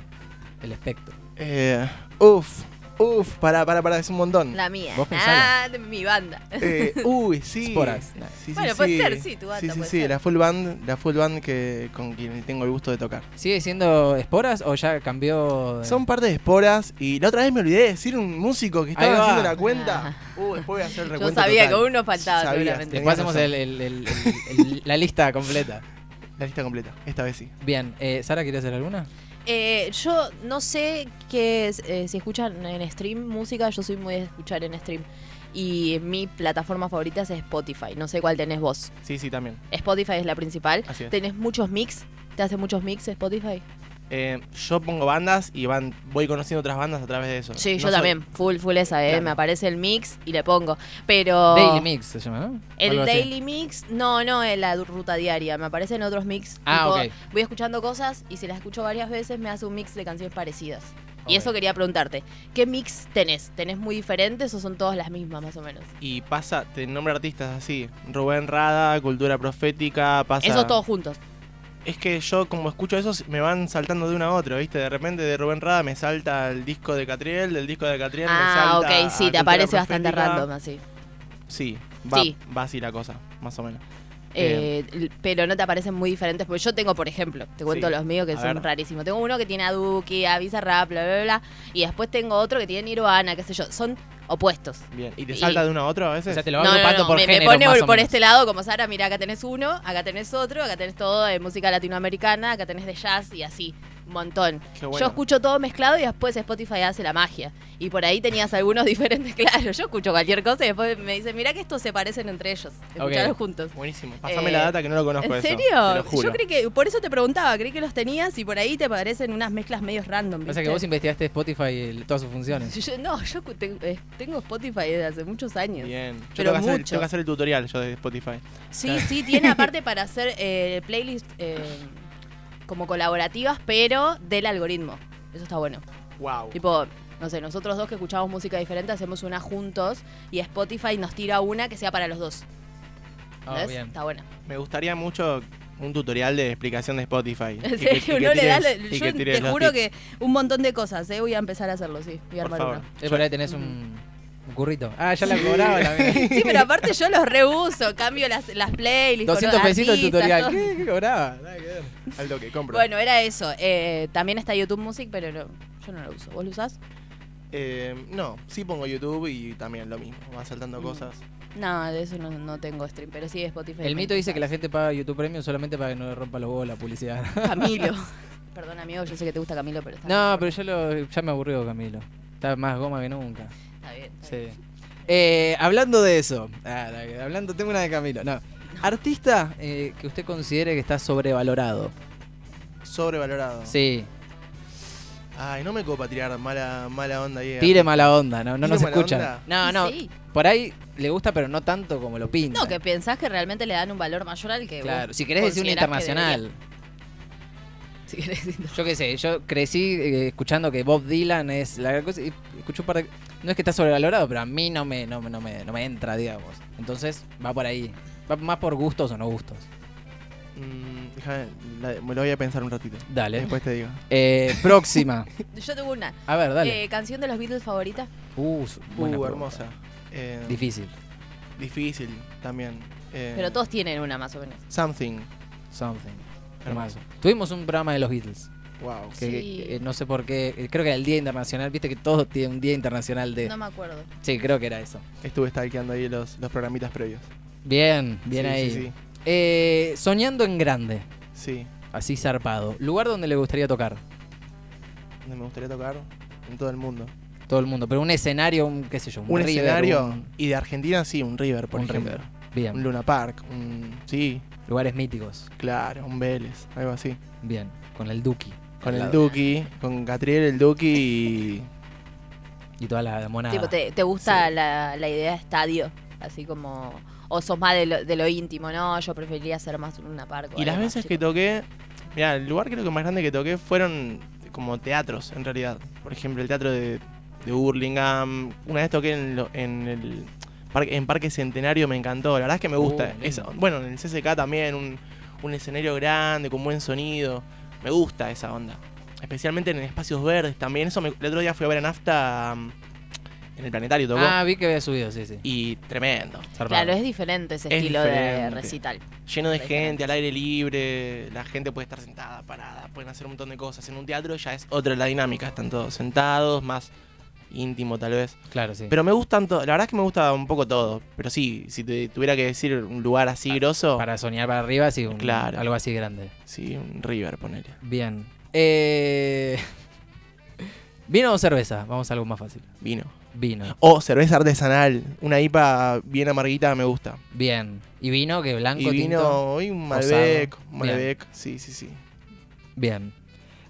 el espectro.
Eh, uf, uf, pará, pará, pará, es un montón.
La mía.
Vos pensala.
Ah, de mi banda.
Eh, uy, sí.
Esporas.
Sí, sí,
Bueno, puede ser, sí, tu banda
Sí, sí,
puede
sí,
ser.
la full band, la full band que, con quien tengo el gusto de tocar.
¿Sigue siendo esporas o ya cambió? de-
Son parte de esporas y la otra vez me olvidé de decir un músico que
Ahí
estaba
va.
haciendo la cuenta. Uh, después voy a hacer
Ah.
el
Yo
recuento
sabía
total.
que uno faltaba,
Sabía,
seguramente.
Eh, Después hacemos
Tenías razón.
el- el- el- el- la lista completa.
La lista completa, esta vez sí.
Bien, eh, ¿Sara quiere hacer alguna?
Eh, yo no sé que eh, si escuchan en stream música, yo soy muy de escuchar en stream. Y mi plataforma favorita es Spotify. No sé cuál tenés vos.
Sí, sí, también.
Spotify es la principal.
Así es.
Tenés muchos mix. ¿Te hace muchos mix Spotify?
Eh, yo pongo bandas y van, voy conociendo otras bandas a través de eso.
Sí,
No
yo
soy-
también. Full, full esa, eh.
Claro.
Me aparece el mix y le pongo. Pero.
Daily Mix se llama, ¿no?
Oh. El
Algo así.
daily mix, no, no, en la ruta diaria. Me aparecen otros mix.
Ah,
tipo,
ok.
Voy escuchando cosas y si las escucho varias veces me hace un mix de canciones parecidas. Y
Ok.
eso quería preguntarte. ¿Qué mix tenés? ¿Tenés muy diferentes o son todas las mismas más o menos?
Y pasa, te nombra artistas así. Rubén Rada, Cultura Profética, pasa...
Esos todos juntos.
Es que yo como escucho esos me van saltando de uno a otro, ¿viste? De repente de Rubén Rada me salta el disco de Catriel, del disco de Catriel
Ah,
me salta
ok,
a
sí, te
Cultura
aparece bastante
Profética.
random así.
Sí, va,
Sí.
va así la cosa, más o menos.
Eh, l- pero no te aparecen muy diferentes. Porque yo tengo, por ejemplo, te cuento
Sí,
los míos que
a
son
ver.
rarísimos. Tengo uno que tiene a Duki, a Bizarrap, bla, bla, bla. Y después tengo otro que tiene Nirvana, qué sé yo. Son opuestos.
Bien. ¿Y te
Y-
salta de uno a otro a veces?
O sea, te lo va agrupando por
me, me
género,
pone
más o
por
menos.
este lado, como Sara, mira, acá tenés uno, acá tenés otro, acá tenés todo de música latinoamericana, acá tenés de jazz y así, un montón.
Qué bueno.
Yo escucho todo mezclado y después Spotify hace la magia. Y por ahí tenías algunos diferentes, claro, yo escucho cualquier cosa y después me dicen, mira que estos se parecen entre ellos, escuchalos juntos.
Buenísimo. Pásame
Eh,
la data que no lo conozco
¿En
eso,
serio?
te lo juro.
Yo creí que, por eso te preguntaba, creí que los tenías y por ahí te parecen unas mezclas medio random.
O sea que
¿viste?
vos investigaste Spotify y todas sus funciones.
Yo- no, yo escu- te- eh, tengo Spotify desde hace muchos años.
Bien. Yo
Pero
tengo que, hacer, el-
mucho.
tengo que hacer el tutorial yo de Spotify.
Sí,
Claro.
sí, tiene aparte para hacer eh, playlists eh, como colaborativas, pero del algoritmo. Eso está bueno.
Wow.
Tipo, no sé, nosotros dos que escuchamos música diferente hacemos una juntos y Spotify nos tira una que sea para los dos.
Ah,
¿Ves?
bien.
Está buena.
Me gustaría mucho un tutorial de explicación de Spotify.
En
Y que- y
serio,
que
uno le da.
tires-
la-
y
Yo
que tires
te
los
juro
tips.
que un montón de cosas, ¿eh? Voy a empezar a hacerlo, sí. Voy a
Por
armar
favor.
una.
Eh, por ahí tenés un, un currito. Ah, ya la cobraba la mía.
Sí, pero aparte yo los reuso, cambio las, las playlists. con
200 pesitos el
artistas,
tutorial.
todo.
¿Qué, ¿Qué cobraba? Nada que ver.
Al toque, compro.
Bueno, era eso. Eh, también está YouTube Music, pero no, yo no lo uso. ¿Vos lo usás?
Eh, no, sí pongo YouTube y también lo mismo. Va saltando
Mm.
cosas.
No, de eso no, no tengo stream, pero sí Spotify.
El
me
mito dice que la
interesa.
gente paga YouTube Premium solamente para que no le rompa los huevos la publicidad.
Camilo. Perdón, amigo, yo sé que te gusta Camilo, pero está
No, pero yo lo, ya me aburrió Camilo. Está más goma que nunca.
bien. Está bien, está
Sí.
bien.
Eh, hablando de eso, ah, la- hablando, tengo una de Camilo. No. Artista eh, que usted considere que está sobrevalorado.
Sobrevalorado.
Sí,
Ay, no me copa tirar mala, mala onda ahí. eh.
tire mala onda, no, no
Tire
nos
mala
escuchan.
onda.
No, no,
Sí.
por ahí le gusta, pero no tanto como lo pinta.
No, que pensás que realmente le dan un valor mayor al que.
Claro,
vos
si querés decir un
considerás que
internacional.
debería. Si querés decir-
Yo qué sé, yo crecí eh, escuchando que Bob Dylan es la gran cosa. Y escucho un par de- No es que está sobrevalorado, pero a mí no me, no, me- no me, no me entra, digamos. Entonces va por ahí. Va más por gustos o no gustos.
Mm, déjame, la- me lo voy a pensar un ratito.
Dale.
Después te digo.
Eh, próxima.
Yo tengo una.
A ver, dale.
Eh, canción de los Beatles favorita.
uh, su- buena
uh,
pregunta.
hermosa. Eh,
Difícil.
difícil también. Eh,
Pero todos tienen una más o menos.
Something.
Something.
Hermoso.
Hermoso. Tuvimos un programa de los Beatles.
Wow.
Que,
Sí.
que- que no sé por qué. eh, Creo que era el Día Internacional. Viste que todos tienen un Día Internacional de.
No me acuerdo.
Sí, creo que era eso.
Estuve stalkeando ahí los, los programitas previos.
Bien, bien
Sí,
ahí.
Sí, sí.
Eh, soñando en grande.
Sí.
Así zarpado. Lugar donde le gustaría tocar.
¿Dónde me gustaría tocar? en todo el mundo.
Todo el mundo. Pero un escenario, un qué sé yo, un,
Un
River,
escenario.
un-
Y de Argentina, sí, un River, por
un
ejemplo.
River. Bien.
Un Luna Park. Un, sí,
Lugares míticos.
claro, un Vélez, algo así.
Bien. Con el Duki.
Con
al
el
lado.
Duki, con Catriel el Duki y.
Y toda la monada.
Tipo, ¿te, te gusta la, la idea de estadio? Así como. O sos más de lo, de lo íntimo, ¿no? Yo preferiría hacer más una parco.
Y las veces que toqué, mira, el lugar creo que más grande que toqué fueron como teatros, en realidad. Por ejemplo, el teatro de, de Burlingame. Una vez toqué en, lo- en el parque, en Parque Centenario, me encantó. La verdad es que me gusta.
Uh,
esa-
lindo.
bueno, en el CCK también, un, un escenario grande, con buen sonido. Me gusta esa onda. Especialmente en espacios verdes también. Eso me- el otro día fui a ver a Nafta mm, en el planetario, tocó.
Ah, vi que había subido, sí, sí.
y tremendo.
Zarpado.
Claro, es diferente ese
Es
estilo de
diferente.
recital.
lleno de
Ahí
gente, al aire libre, la gente puede estar sentada, parada, pueden hacer un montón de cosas. En un teatro ya es otra la dinámica, están todos sentados, más íntimo tal vez.
Claro, sí.
Pero me gustan todo, la verdad es que me gusta un poco todo, pero sí, si te tuviera que decir un lugar así grosso,
para soñar para arriba, sí, un-
Claro.
algo así grande.
sí, un River, ponele.
Bien. Eh... ¿Vino o cerveza? Vamos a algo más fácil.
Vino.
Vino.
O cerveza artesanal, una IPA bien amarguita me gusta.
Bien. ¿Y vino que blanco,
Y vino
tinto?
hoy un
rosado.
Malbec,
Bien.
un Malbec, sí, sí, sí.
Bien.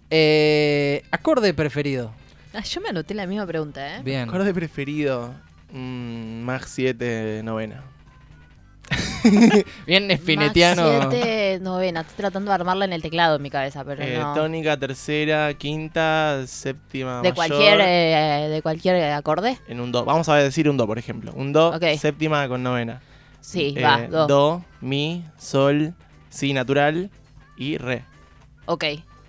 Eh, acorde preferido.
Ah, yo me anoté la misma pregunta, ¿eh?
Bien.
Acorde preferido, mm, Mach 7, novena.
Bien espinetiano.
Más siete, novena. Estoy tratando de armarla en el teclado en mi cabeza, pero
Eh,
no.
Tónica, tercera, quinta, séptima.
de
mayor,
cualquier, eh, de cualquier acorde.
En un do. Vamos a decir un do, por ejemplo. Un do,
Ok.
séptima con novena.
Sí,
Eh,
va, dos.
Do, mi, sol, si natural y re.
Ok,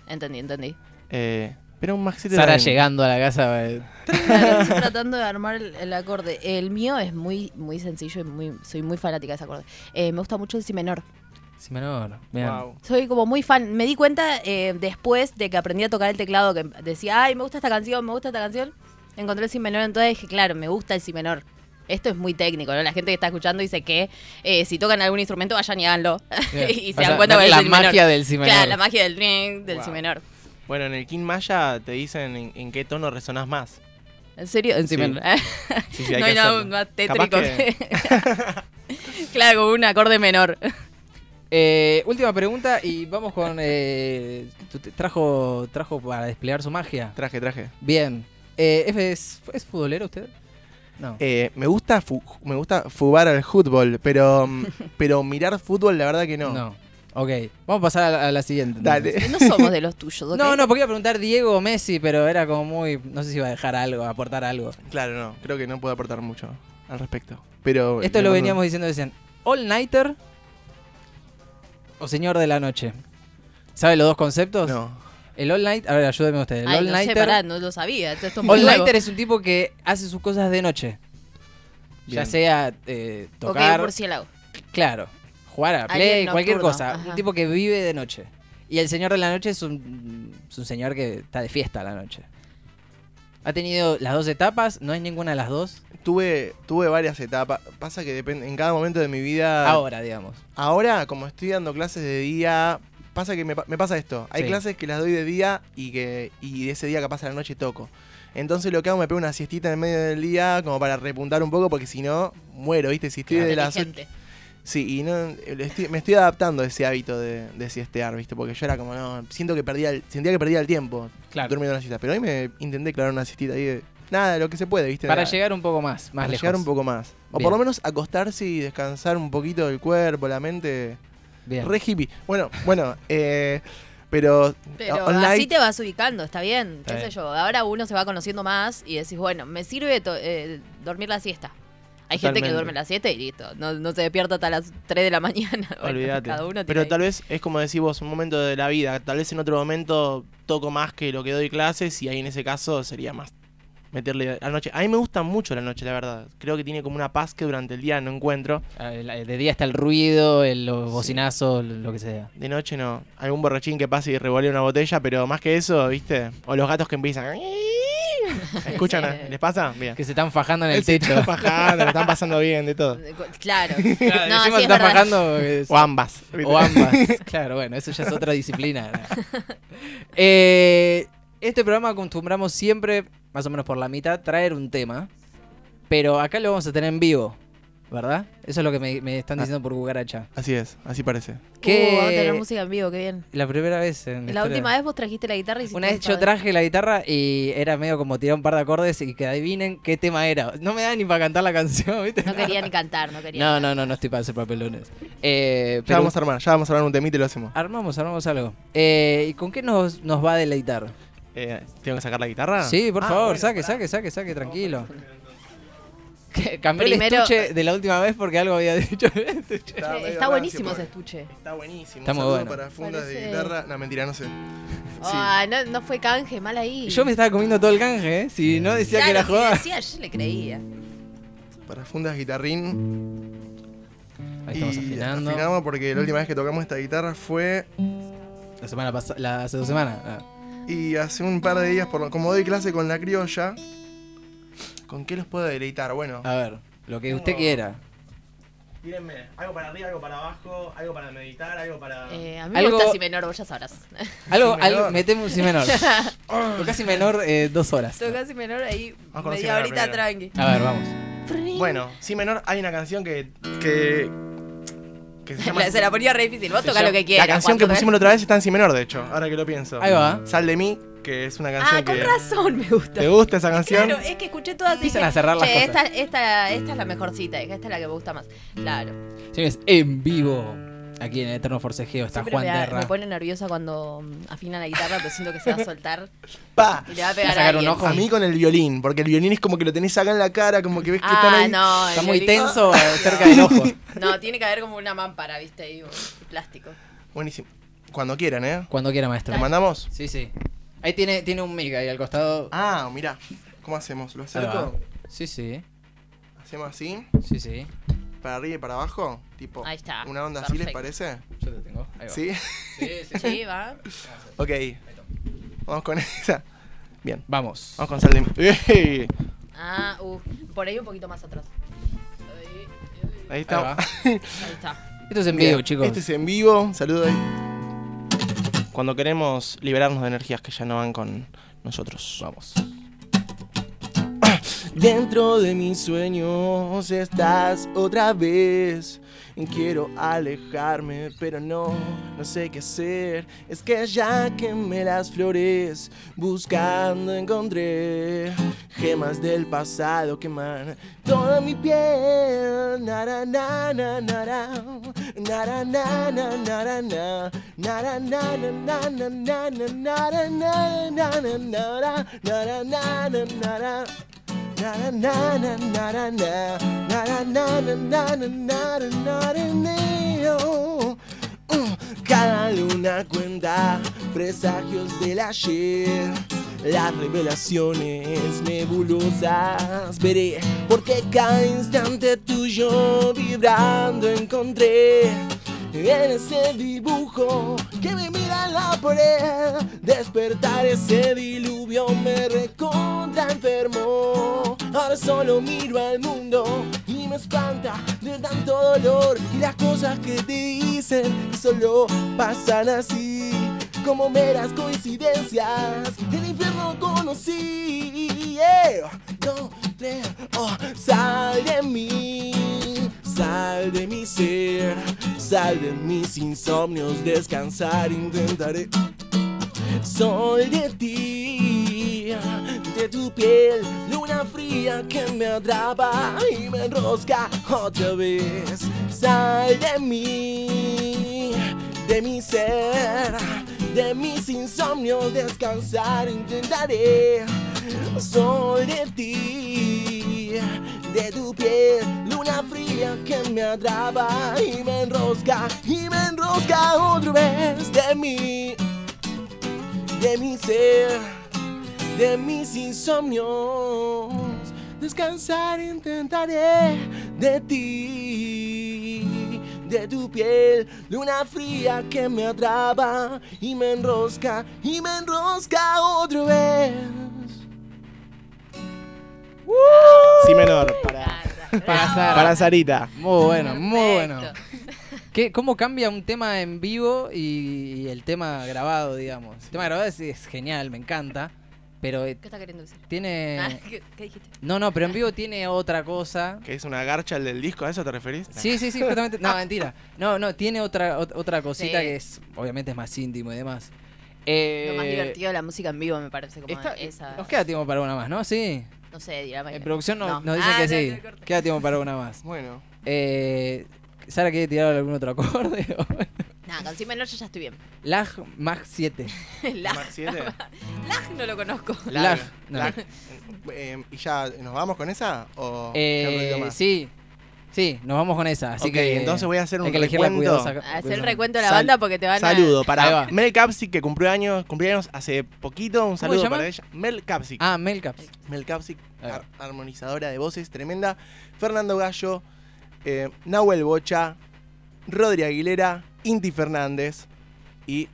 entendí, entendí.
Eh, pero un maxi
Sara llegando a la casa. eh,
Claro, estoy tratando de armar el, el acorde. El mío es muy, muy sencillo y muy, soy muy fanática de ese acorde. Eh, me gusta mucho el si menor.
Si menor. Bien.
Soy como muy fan. Me di cuenta eh, después de que aprendí a tocar el teclado que decía, ay, me gusta esta canción, me gusta esta canción. Encontré el si menor, entonces dije, claro, me gusta el si menor. Esto es muy técnico, ¿no? La gente que está escuchando dice que eh, si tocan algún instrumento, vayan y háganlo.
Bien.
y se
O sea,
dan cuenta
ver
que es
la
el si menor.
magia del si menor.
Claro, la magia del, tring, del
Wow.
si menor.
Bueno, en el King Maya te dicen en, en qué tono resonás más.
¿En serio? En si
Sí.
menor.
Sí, sí, hay
no
que
hay nada
hacerlo.
más
Capaz
tétrico
que-
que- claro, con un acorde menor.
Eh, última pregunta y vamos con. eh, tu- te- trajo, trajo para desplegar su magia.
Traje, traje.
Bien. Eh, ¿F es, ¿Es futbolero usted? No.
Eh, me gusta fu- me gusta fubar al fútbol, pero, mm, pero mirar fútbol la verdad que no.
Ok. Vamos a pasar a la, a la siguiente.
Dale.
entonces.
No somos de los tuyos, ¿ok?
No, no, porque iba a preguntar Diego o Messi, pero era como muy. No sé si iba a dejar algo, a aportar algo.
Claro, no. Creo que no puedo aportar mucho al respecto. Pero
Esto
le
lo
mando-
veníamos diciendo decían, All Nighter o Señor de la Noche. ¿Sabe los dos conceptos?
No.
El All Night, a ver, ayúdeme ustedes. El
Ay,
All
no sé,
Nighter.
pará, no lo sabía. Esto es muy
all
nuevo.
Nighter es un tipo que hace sus cosas de noche. Ya
Bien.
sea eh,
Ok,
tocar,
un murciélago.
claro, jugar a la
Alguien
play, cualquier
nocturno,
cosa.
ajá.
Un tipo que vive de noche. Y el Señor de la Noche es un, es un señor que está de fiesta a la noche. Ha tenido las dos etapas, no es ninguna de las dos.
Tuve, tuve varias etapas. Pasa que depende, en cada momento de mi vida.
Ahora, digamos.
Ahora, como estoy dando clases de día, pasa que me, pa- me pasa esto. Hay
Sí.
clases que las doy de día y que y de ese día capaz a la noche toco. Entonces lo que hago me pego una siestita en el medio del día como para repuntar un poco porque si no muero, ¿viste? Si estoy
Claro.
de las ocho-
Inteligente.
Sí, y no, el- estoy- me estoy adaptando a ese hábito de, de siestear, ¿viste? Porque yo era como, no, siento que perdía el- sentía que perdía el tiempo
Claro.
durmiendo una siesta. Pero hoy me intenté clavar una siestita ahí de nada, lo que se puede, ¿viste?
Para
Nada.
llegar un poco más, más
Para
lejos.
llegar un poco más. O
Bien.
por lo menos acostarse y descansar un poquito del cuerpo, la mente.
Bien.
Re hippie. Bueno, bueno, eh, pero.
Pero
online-
así te vas ubicando, está bien.
Está
qué
bien.
sé yo, ahora uno se va conociendo más y decís, bueno, me sirve to- eh, dormir la siesta. Hay gente
Totalmente.
que duerme la siesta y listo, no, no se despierta hasta las 3 de la mañana. Bueno,
Olvídate.
Cada uno
Pero
tiene
tal vez es como decís vos, un momento de la vida. Tal vez en otro momento toco más que lo que doy clases y ahí en ese caso sería más meterle a la noche. A mí me gusta mucho la noche, la verdad. Creo que tiene como una paz que durante el día no encuentro.
Ah, el- el De día está el ruido, el, los bocinazos, lo que sea.
De noche no. Algún borrachín que pase y revolea una botella, pero más que eso, ¿viste? O los gatos que empiezan. ¿Escuchan?
Sí.
¿Les pasa? Bien.
Que se están fajando en el
Se
techo.
están fajando, la están pasando bien, de todo.
Claro.
Claro,
no,
encima
sí
se
es
están
verdad.
fajando. es-
O ambas. ¿viste?
o ambas. claro, bueno, eso ya es otra disciplina. Eh, Este programa acostumbramos siempre, más o menos por la mitad, traer un tema. Pero acá lo vamos a tener en vivo, ¿verdad? Eso es lo que me, me están
Ah.
diciendo por cucaracha.
Así es, así parece.
Que-
Uh, vamos a tener música en vivo, qué bien.
La primera vez en
La última vez vos trajiste la guitarra y hiciste eh.
Una
un
vez yo
cover.
traje la guitarra y era medio como tirar un par de acordes y que adivinen qué tema era. No me da ni para cantar la canción, ¿viste?
No quería ni cantar, no quería.
No,
ni
no, no, no estoy para hacer papelones. Eh,
Ya
pero
vamos a armar, ya vamos a armar un temita y lo hacemos.
armamos, armamos algo. Eh, ¿Y con qué nos, nos va a deleitar?
Eh, ¿Tengo que sacar la guitarra?
Sí, por
Ah,
favor,
bueno,
saque,
pará.
saque, saque, saque, tranquilo. Que Cambié
Primero-
el estuche de la última vez porque algo había dicho. en el estuche.
cantar.
medio
Está
rancio,
buenísimo ese
pobre.
estuche.
Está buenísimo.
Está
un
muy
saludo
bueno.
Para fundas de
Parece-
guitarra. No, mentira, no sé.
Ah, no, no fue canje, mal ahí.
Yo me estaba comiendo todo el canje, ¿eh? Si no decía
Claro,
que era
si
joda.
decía, yo le creía.
Para fundas guitarrín.
Ahí estamos
y
afinando.
Afinamos porque la última vez que tocamos esta guitarra fue.
La semana pasada, la hace dos semanas. Ah.
Y hace un par de días, por lo- como doy clase con la criolla. ¿Con qué los puedo deleitar? Bueno,
A ver, lo que usted
Tengo-
quiera.
tírenme. Algo para arriba, algo para abajo, algo para meditar, algo para.
Eh, a mí me
Algo-
gusta si menor, vos ya sabrás.
Algo,
Si menor.
algo, metemos si menor. Tocá si menor eh, dos horas.
Tocá si menor ahí,
Vamos con si
media
menor
horita
primero.
tranqui.
A ver, vamos.
Bueno, sí menor, hay una canción que. que. que se llama.
La- Se la ponía re difícil, vos
Se
toca
llama-
lo que
la
quieras.
canción que
Juan,
pusimos la otra vez está en si menor, de hecho, ahora que lo pienso.
Ahí va.
Sal de mí, que es una canción
Ah, con
que.
razón me gusta.
¿Te gusta esa canción?
Claro, es que escuché todas y
Empiezan
dije,
a cerrar las
"Che,
cosas".
Esta, esta, esta es la mejorcita, esta es la que me gusta más. Claro.
Señores, en vivo. Aquí en Eterno Forcejeo está
Siempre
Juan
me, da-
Terra.
me pone nerviosa cuando mm, afina la guitarra, pero siento que se va a soltar
Pa.
y le va a pegar a,
sacar un
alguien.
ojo?
A mí con el violín, porque el violín es como que lo tenés acá en la cara, como que ves que están
Ah,
ahí.
no.
Está
el
muy
violín-
tenso eh, cerca del ojo.
No, tiene que haber como una mampara, viste, ahí, un plástico.
Buenísimo. Cuando quieran, ¿eh?
Cuando quiera, maestro.
¿Lo mandamos?
Sí, sí. Ahí tiene, tiene un mic ahí al costado.
Ah, mirá. ¿Cómo hacemos? ¿Lo
Ahí va.
acerco?
Sí, sí.
¿Hacemos así?
Sí, sí.
¿Para arriba y para abajo? Tipo,
Ahí está,
¿una onda así les
perfecto.
parece?
Yo te tengo. Ahí va.
¿Sí?
Sí, sí, sí.
Sí, va.
ok. Vamos con esa. Bien.
Vamos.
Vamos con sal de mí. ¡Ey!
Ah, uh, por ahí un poquito más atrás. Ahí,
Ahí
Ahí va.
está.
ahí está.
Esto es en
Bien,
vivo, chicos.
Este es en vivo. Saludos ahí. Cuando queremos liberarnos de energías que ya no van con nosotros.
Vamos.
Dentro de mis sueños estás otra vez. Quiero alejarme, pero no, no sé qué hacer. Es que ya quemé las flores, buscando encontré gemas del pasado queman toda mi piel. Nara, na, na, nara. Nara, na, na, nara, na. Nara, na, na, na, na, na, na, nara, na, na, na, nara. Nara, na, na, nara. Na na na na na na na na na na na na na na na na cada luna cuenta presagios del ayer. Las revelaciones nebulosas veré, porque cada instante tuyo vibrando encontré. En ese dibujo que me mira en la pared, despertar ese diluvio me recontra enfermo. Ahora solo miro al mundo y me espanta de tanto dolor. Y las cosas que te dicen solo pasan así, como meras coincidencias. El infierno conocí. Yeah. No, tres, oh, sal de mí. Sal de mi ser, sal de mis insomnios, descansar intentaré. Soy de ti, de tu piel, luna fría que me atrapa y me enrosca otra vez. Sal de mí, de mi ser, de mis insomnios, descansar intentaré. Soy de ti, de tu piel, luna fría que me atrapa y me enrosca, y me enrosca otra vez de mí de mi ser, de mis insomnios. Descansar intentaré de ti, de tu piel, luna fría que me atrapa y me enrosca, y me enrosca otra vez. Sí menor, para,
Bravo.
Para Sara.
Sarita.
Muy bueno, muy bueno.
Ah. Perfecto.
¿Qué- ¿Cómo cambia un tema en vivo y, y el tema grabado, digamos? El tema grabado es, es genial, me encanta, pero eh,
¿Qué está queriendo decir? Ah,
tiene...
¿qué, qué dijiste?
No, no, pero en vivo tiene otra cosa.
Que es una garcha el del disco, ¿a eso te referís?
Sí, sí, sí, justamente. No, mentira. No, no, tiene otra, ot- otra cosita
Sí.
que es, obviamente es más íntimo y demás.
Lo más
Eh,
divertido de la música en vivo me parece como
está- eh,
esa.
Nos queda tiempo para una más, ¿no? Sí.
No sé, dirá
En
Mariana.
producción no-
No.
nos dicen
Ah,
que
no,
sí.
no, corta.
Queda tiempo para una más.
Bueno,
Eh, ¿Sara quiere tirar algún otro acorde?
Nada, con Cima Noche ya estoy bien.
Lag Mag 7.
Lag,
Max 7.
Lag no lo conozco.
Lag. no.
Lag. Eh, ¿Y ya nos vamos con esa? ¿O
Eh,
queda un ratito más?
sí. Sí, nos vamos con esa. Así
Ok,
que
entonces voy a hacer un
hay que elegirla
recuento.
cuidadosa-
Hacer el recuento de la
Sal-
banda porque te van a.
Saludo
Ahí
para
va.
Mel Capsic, que cumplió años, cumplió años hace poquito. Un
se
saludo
llama?
para ella. Mel Capsic.
Ah, Melcaps.
Mel Capsic,
Ahí va.
ar- armonizadora de voces tremenda. Fernando Gallo, eh, Nahuel Bocha, Rodri Aguilera, Inti Fernández y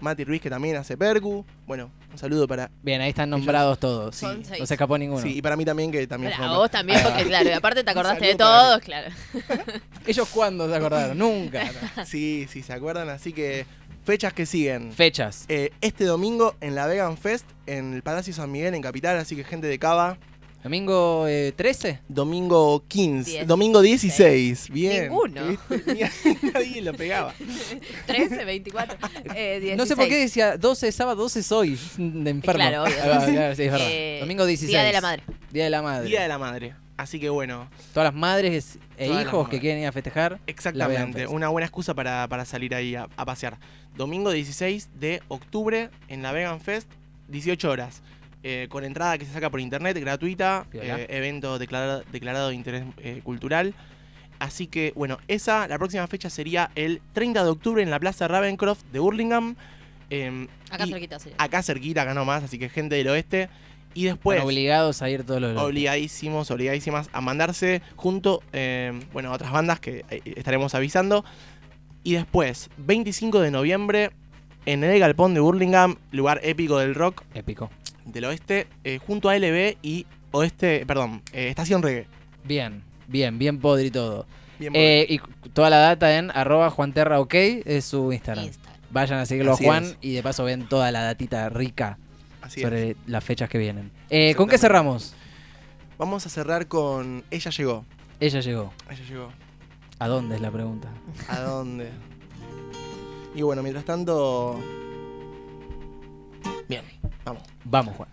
Mati Ruiz, que también hace Percu. Bueno, un saludo para.
Bien, ahí están nombrados todos.
Son
No
seis.
se escapó ninguno.
Sí, y para mí también, que también.
Para
forma
vos
parte.
también,
Ah.
porque claro, y aparte te acordaste de
Saludo para
todos, claro.
¿Ellos cuándo se acordaron? Nunca.
Sí, sí, se acuerdan. Así que fechas que siguen.
Fechas.
Eh, este domingo en la Vegan Fest, en el Palacio San Miguel, en Capital. Así que gente de Cava,
Domingo eh, 13.
domingo 15.
Diez.
Domingo 16. Bien.
Ninguno.
¿Viste? Ni- Nadie lo pegaba.
13, 24, eh, 16.
No sé por qué decía 12 es sábado, 12 es hoy. De enfermo.
Claro, obvio.
Ahí va, claro, sí, es verdad.
Eh,
Domingo 16.
Día de la madre.
Día de la madre.
Día de la Madre. Así que bueno,
Todas las madres e
Todas las
hijos que
madres.
quieren ir a festejar. Vegan
exactamente.
Fest.
Una buena excusa para, para salir ahí a, a pasear. Domingo 16 de octubre en la Vegan Fest, 18 horas. Eh, con entrada que se saca por internet, gratuita.
Piola.
eh, evento declarado, declarado de interés eh, cultural. Así que, bueno, esa, la próxima fecha sería el 30 de octubre en la Plaza Ravencroft de Burlingame. Em,
Acá
y-
cerquita, sí.
acá cerquita, acá nomás, así que gente del oeste. Y después,
Están obligados a ir todos los lunes.
obligadísimos, obligadísimas a mandarse junto, eh, bueno, a otras bandas que eh, estaremos avisando. Y después, 25 de noviembre, en el Galpón de Burlingame, lugar épico del rock
Épico.
del oeste, eh, junto a LB y Oeste, perdón, eh, Estación Reggae.
Bien, bien, bien podri todo.
Bien,
Eh, y cu- toda la data en arroba juanterraok es su Instagram.
Instagram.
Vayan a seguirlo
Así
a Juan
es.
y de paso ven toda la datita rica
así es.
sobre las fechas que vienen. Eh, ¿Con qué
Exactamente.
cerramos?
Vamos a cerrar con Ella llegó.
Ella llegó.
Ella llegó.
¿A dónde es la pregunta?
¿A dónde? Y bueno, mientras tanto... Bien, vamos.
Vamos, Juan.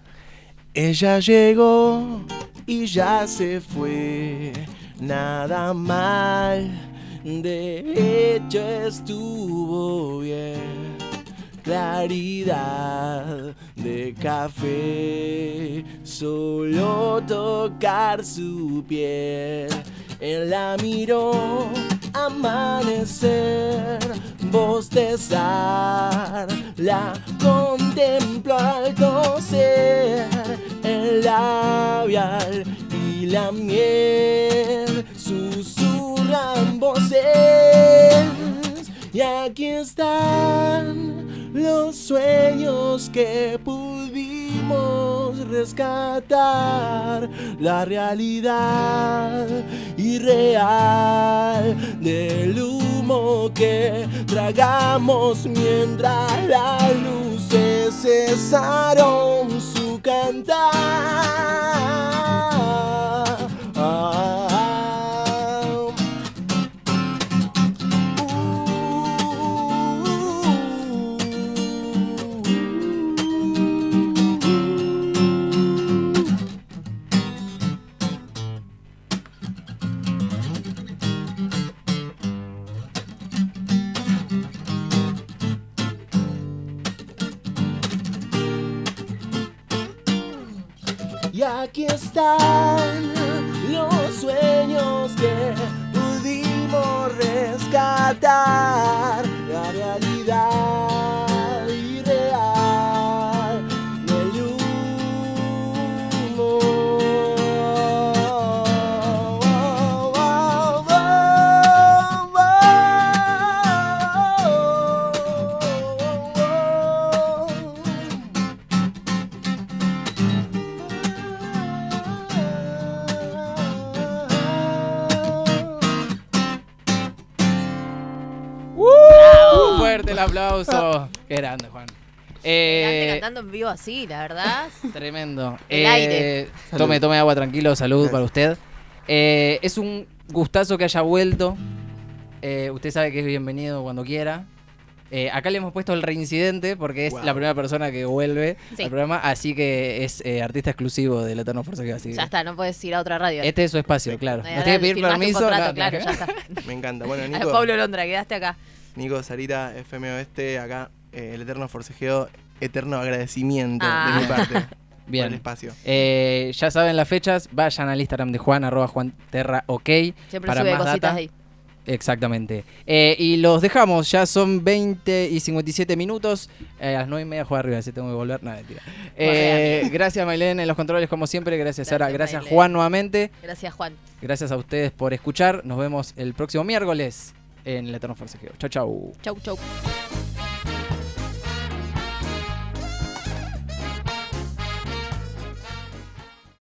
Ella llegó y ya se fue. Nada mal, de hecho estuvo bien. Claridad de café, solo tocar su piel. Él la miró amanecer, bostezar, la contempló al toser el labial y la miel susurran voces y aquí están los sueños que pudimos rescatar la realidad irreal del humo que tragamos mientras las luces cesaron su cantar. ah, Uh, Y aquí están los sueños que pudimos rescatar. La realidad irreal del humo.
¡Oh!
el aplauso. Qué grande, Juan.
Adelante
Eh,
cantando en vivo así, la verdad.
Tremendo.
El aire.
Eh, Tome, tome agua tranquilo, salud para usted. Eh, es un gustazo que haya vuelto. Eh, usted sabe que es bienvenido cuando quiera. Eh, acá le hemos puesto el reincidente porque es
Wow.
la primera persona que vuelve
Sí.
al programa, así que es eh, artista exclusivo del Eterno Forza que así. que
Ya está, no puedes ir a otra radio.
Este es su espacio, claro.
Eh,
Nos tiene que pedir
firmaste un
permiso.
contrato,
no,
claro, ya está.
Me encanta. Bueno,
A
Nico,
Pablo Londra, quedaste acá.
Nico, Sarita, FM Oeste, acá, eh, el eterno forcejeo, eterno agradecimiento
Ah.
de mi parte por el
Bien.
espacio.
Eh, ya saben las fechas, vayan al Instagram de Juan, arroba Juan Terra OK.
Siempre
para
sube
más
cositas
data.
ahí.
Exactamente. Eh, y los dejamos, ya son 20 y 57 minutos. Eh, a las 9 y media juega arriba, así tengo que volver. Nada, mentira. Eh, gracias, Mailén, en los controles, como siempre. Gracias, Sara.
Gracias,
Gracias,
Mailén.
Juan, nuevamente.
Gracias, Juan.
Gracias a ustedes por escuchar. Nos vemos el próximo miércoles en el Eterno Forcejeo. Chau, chau.
Chau, chau.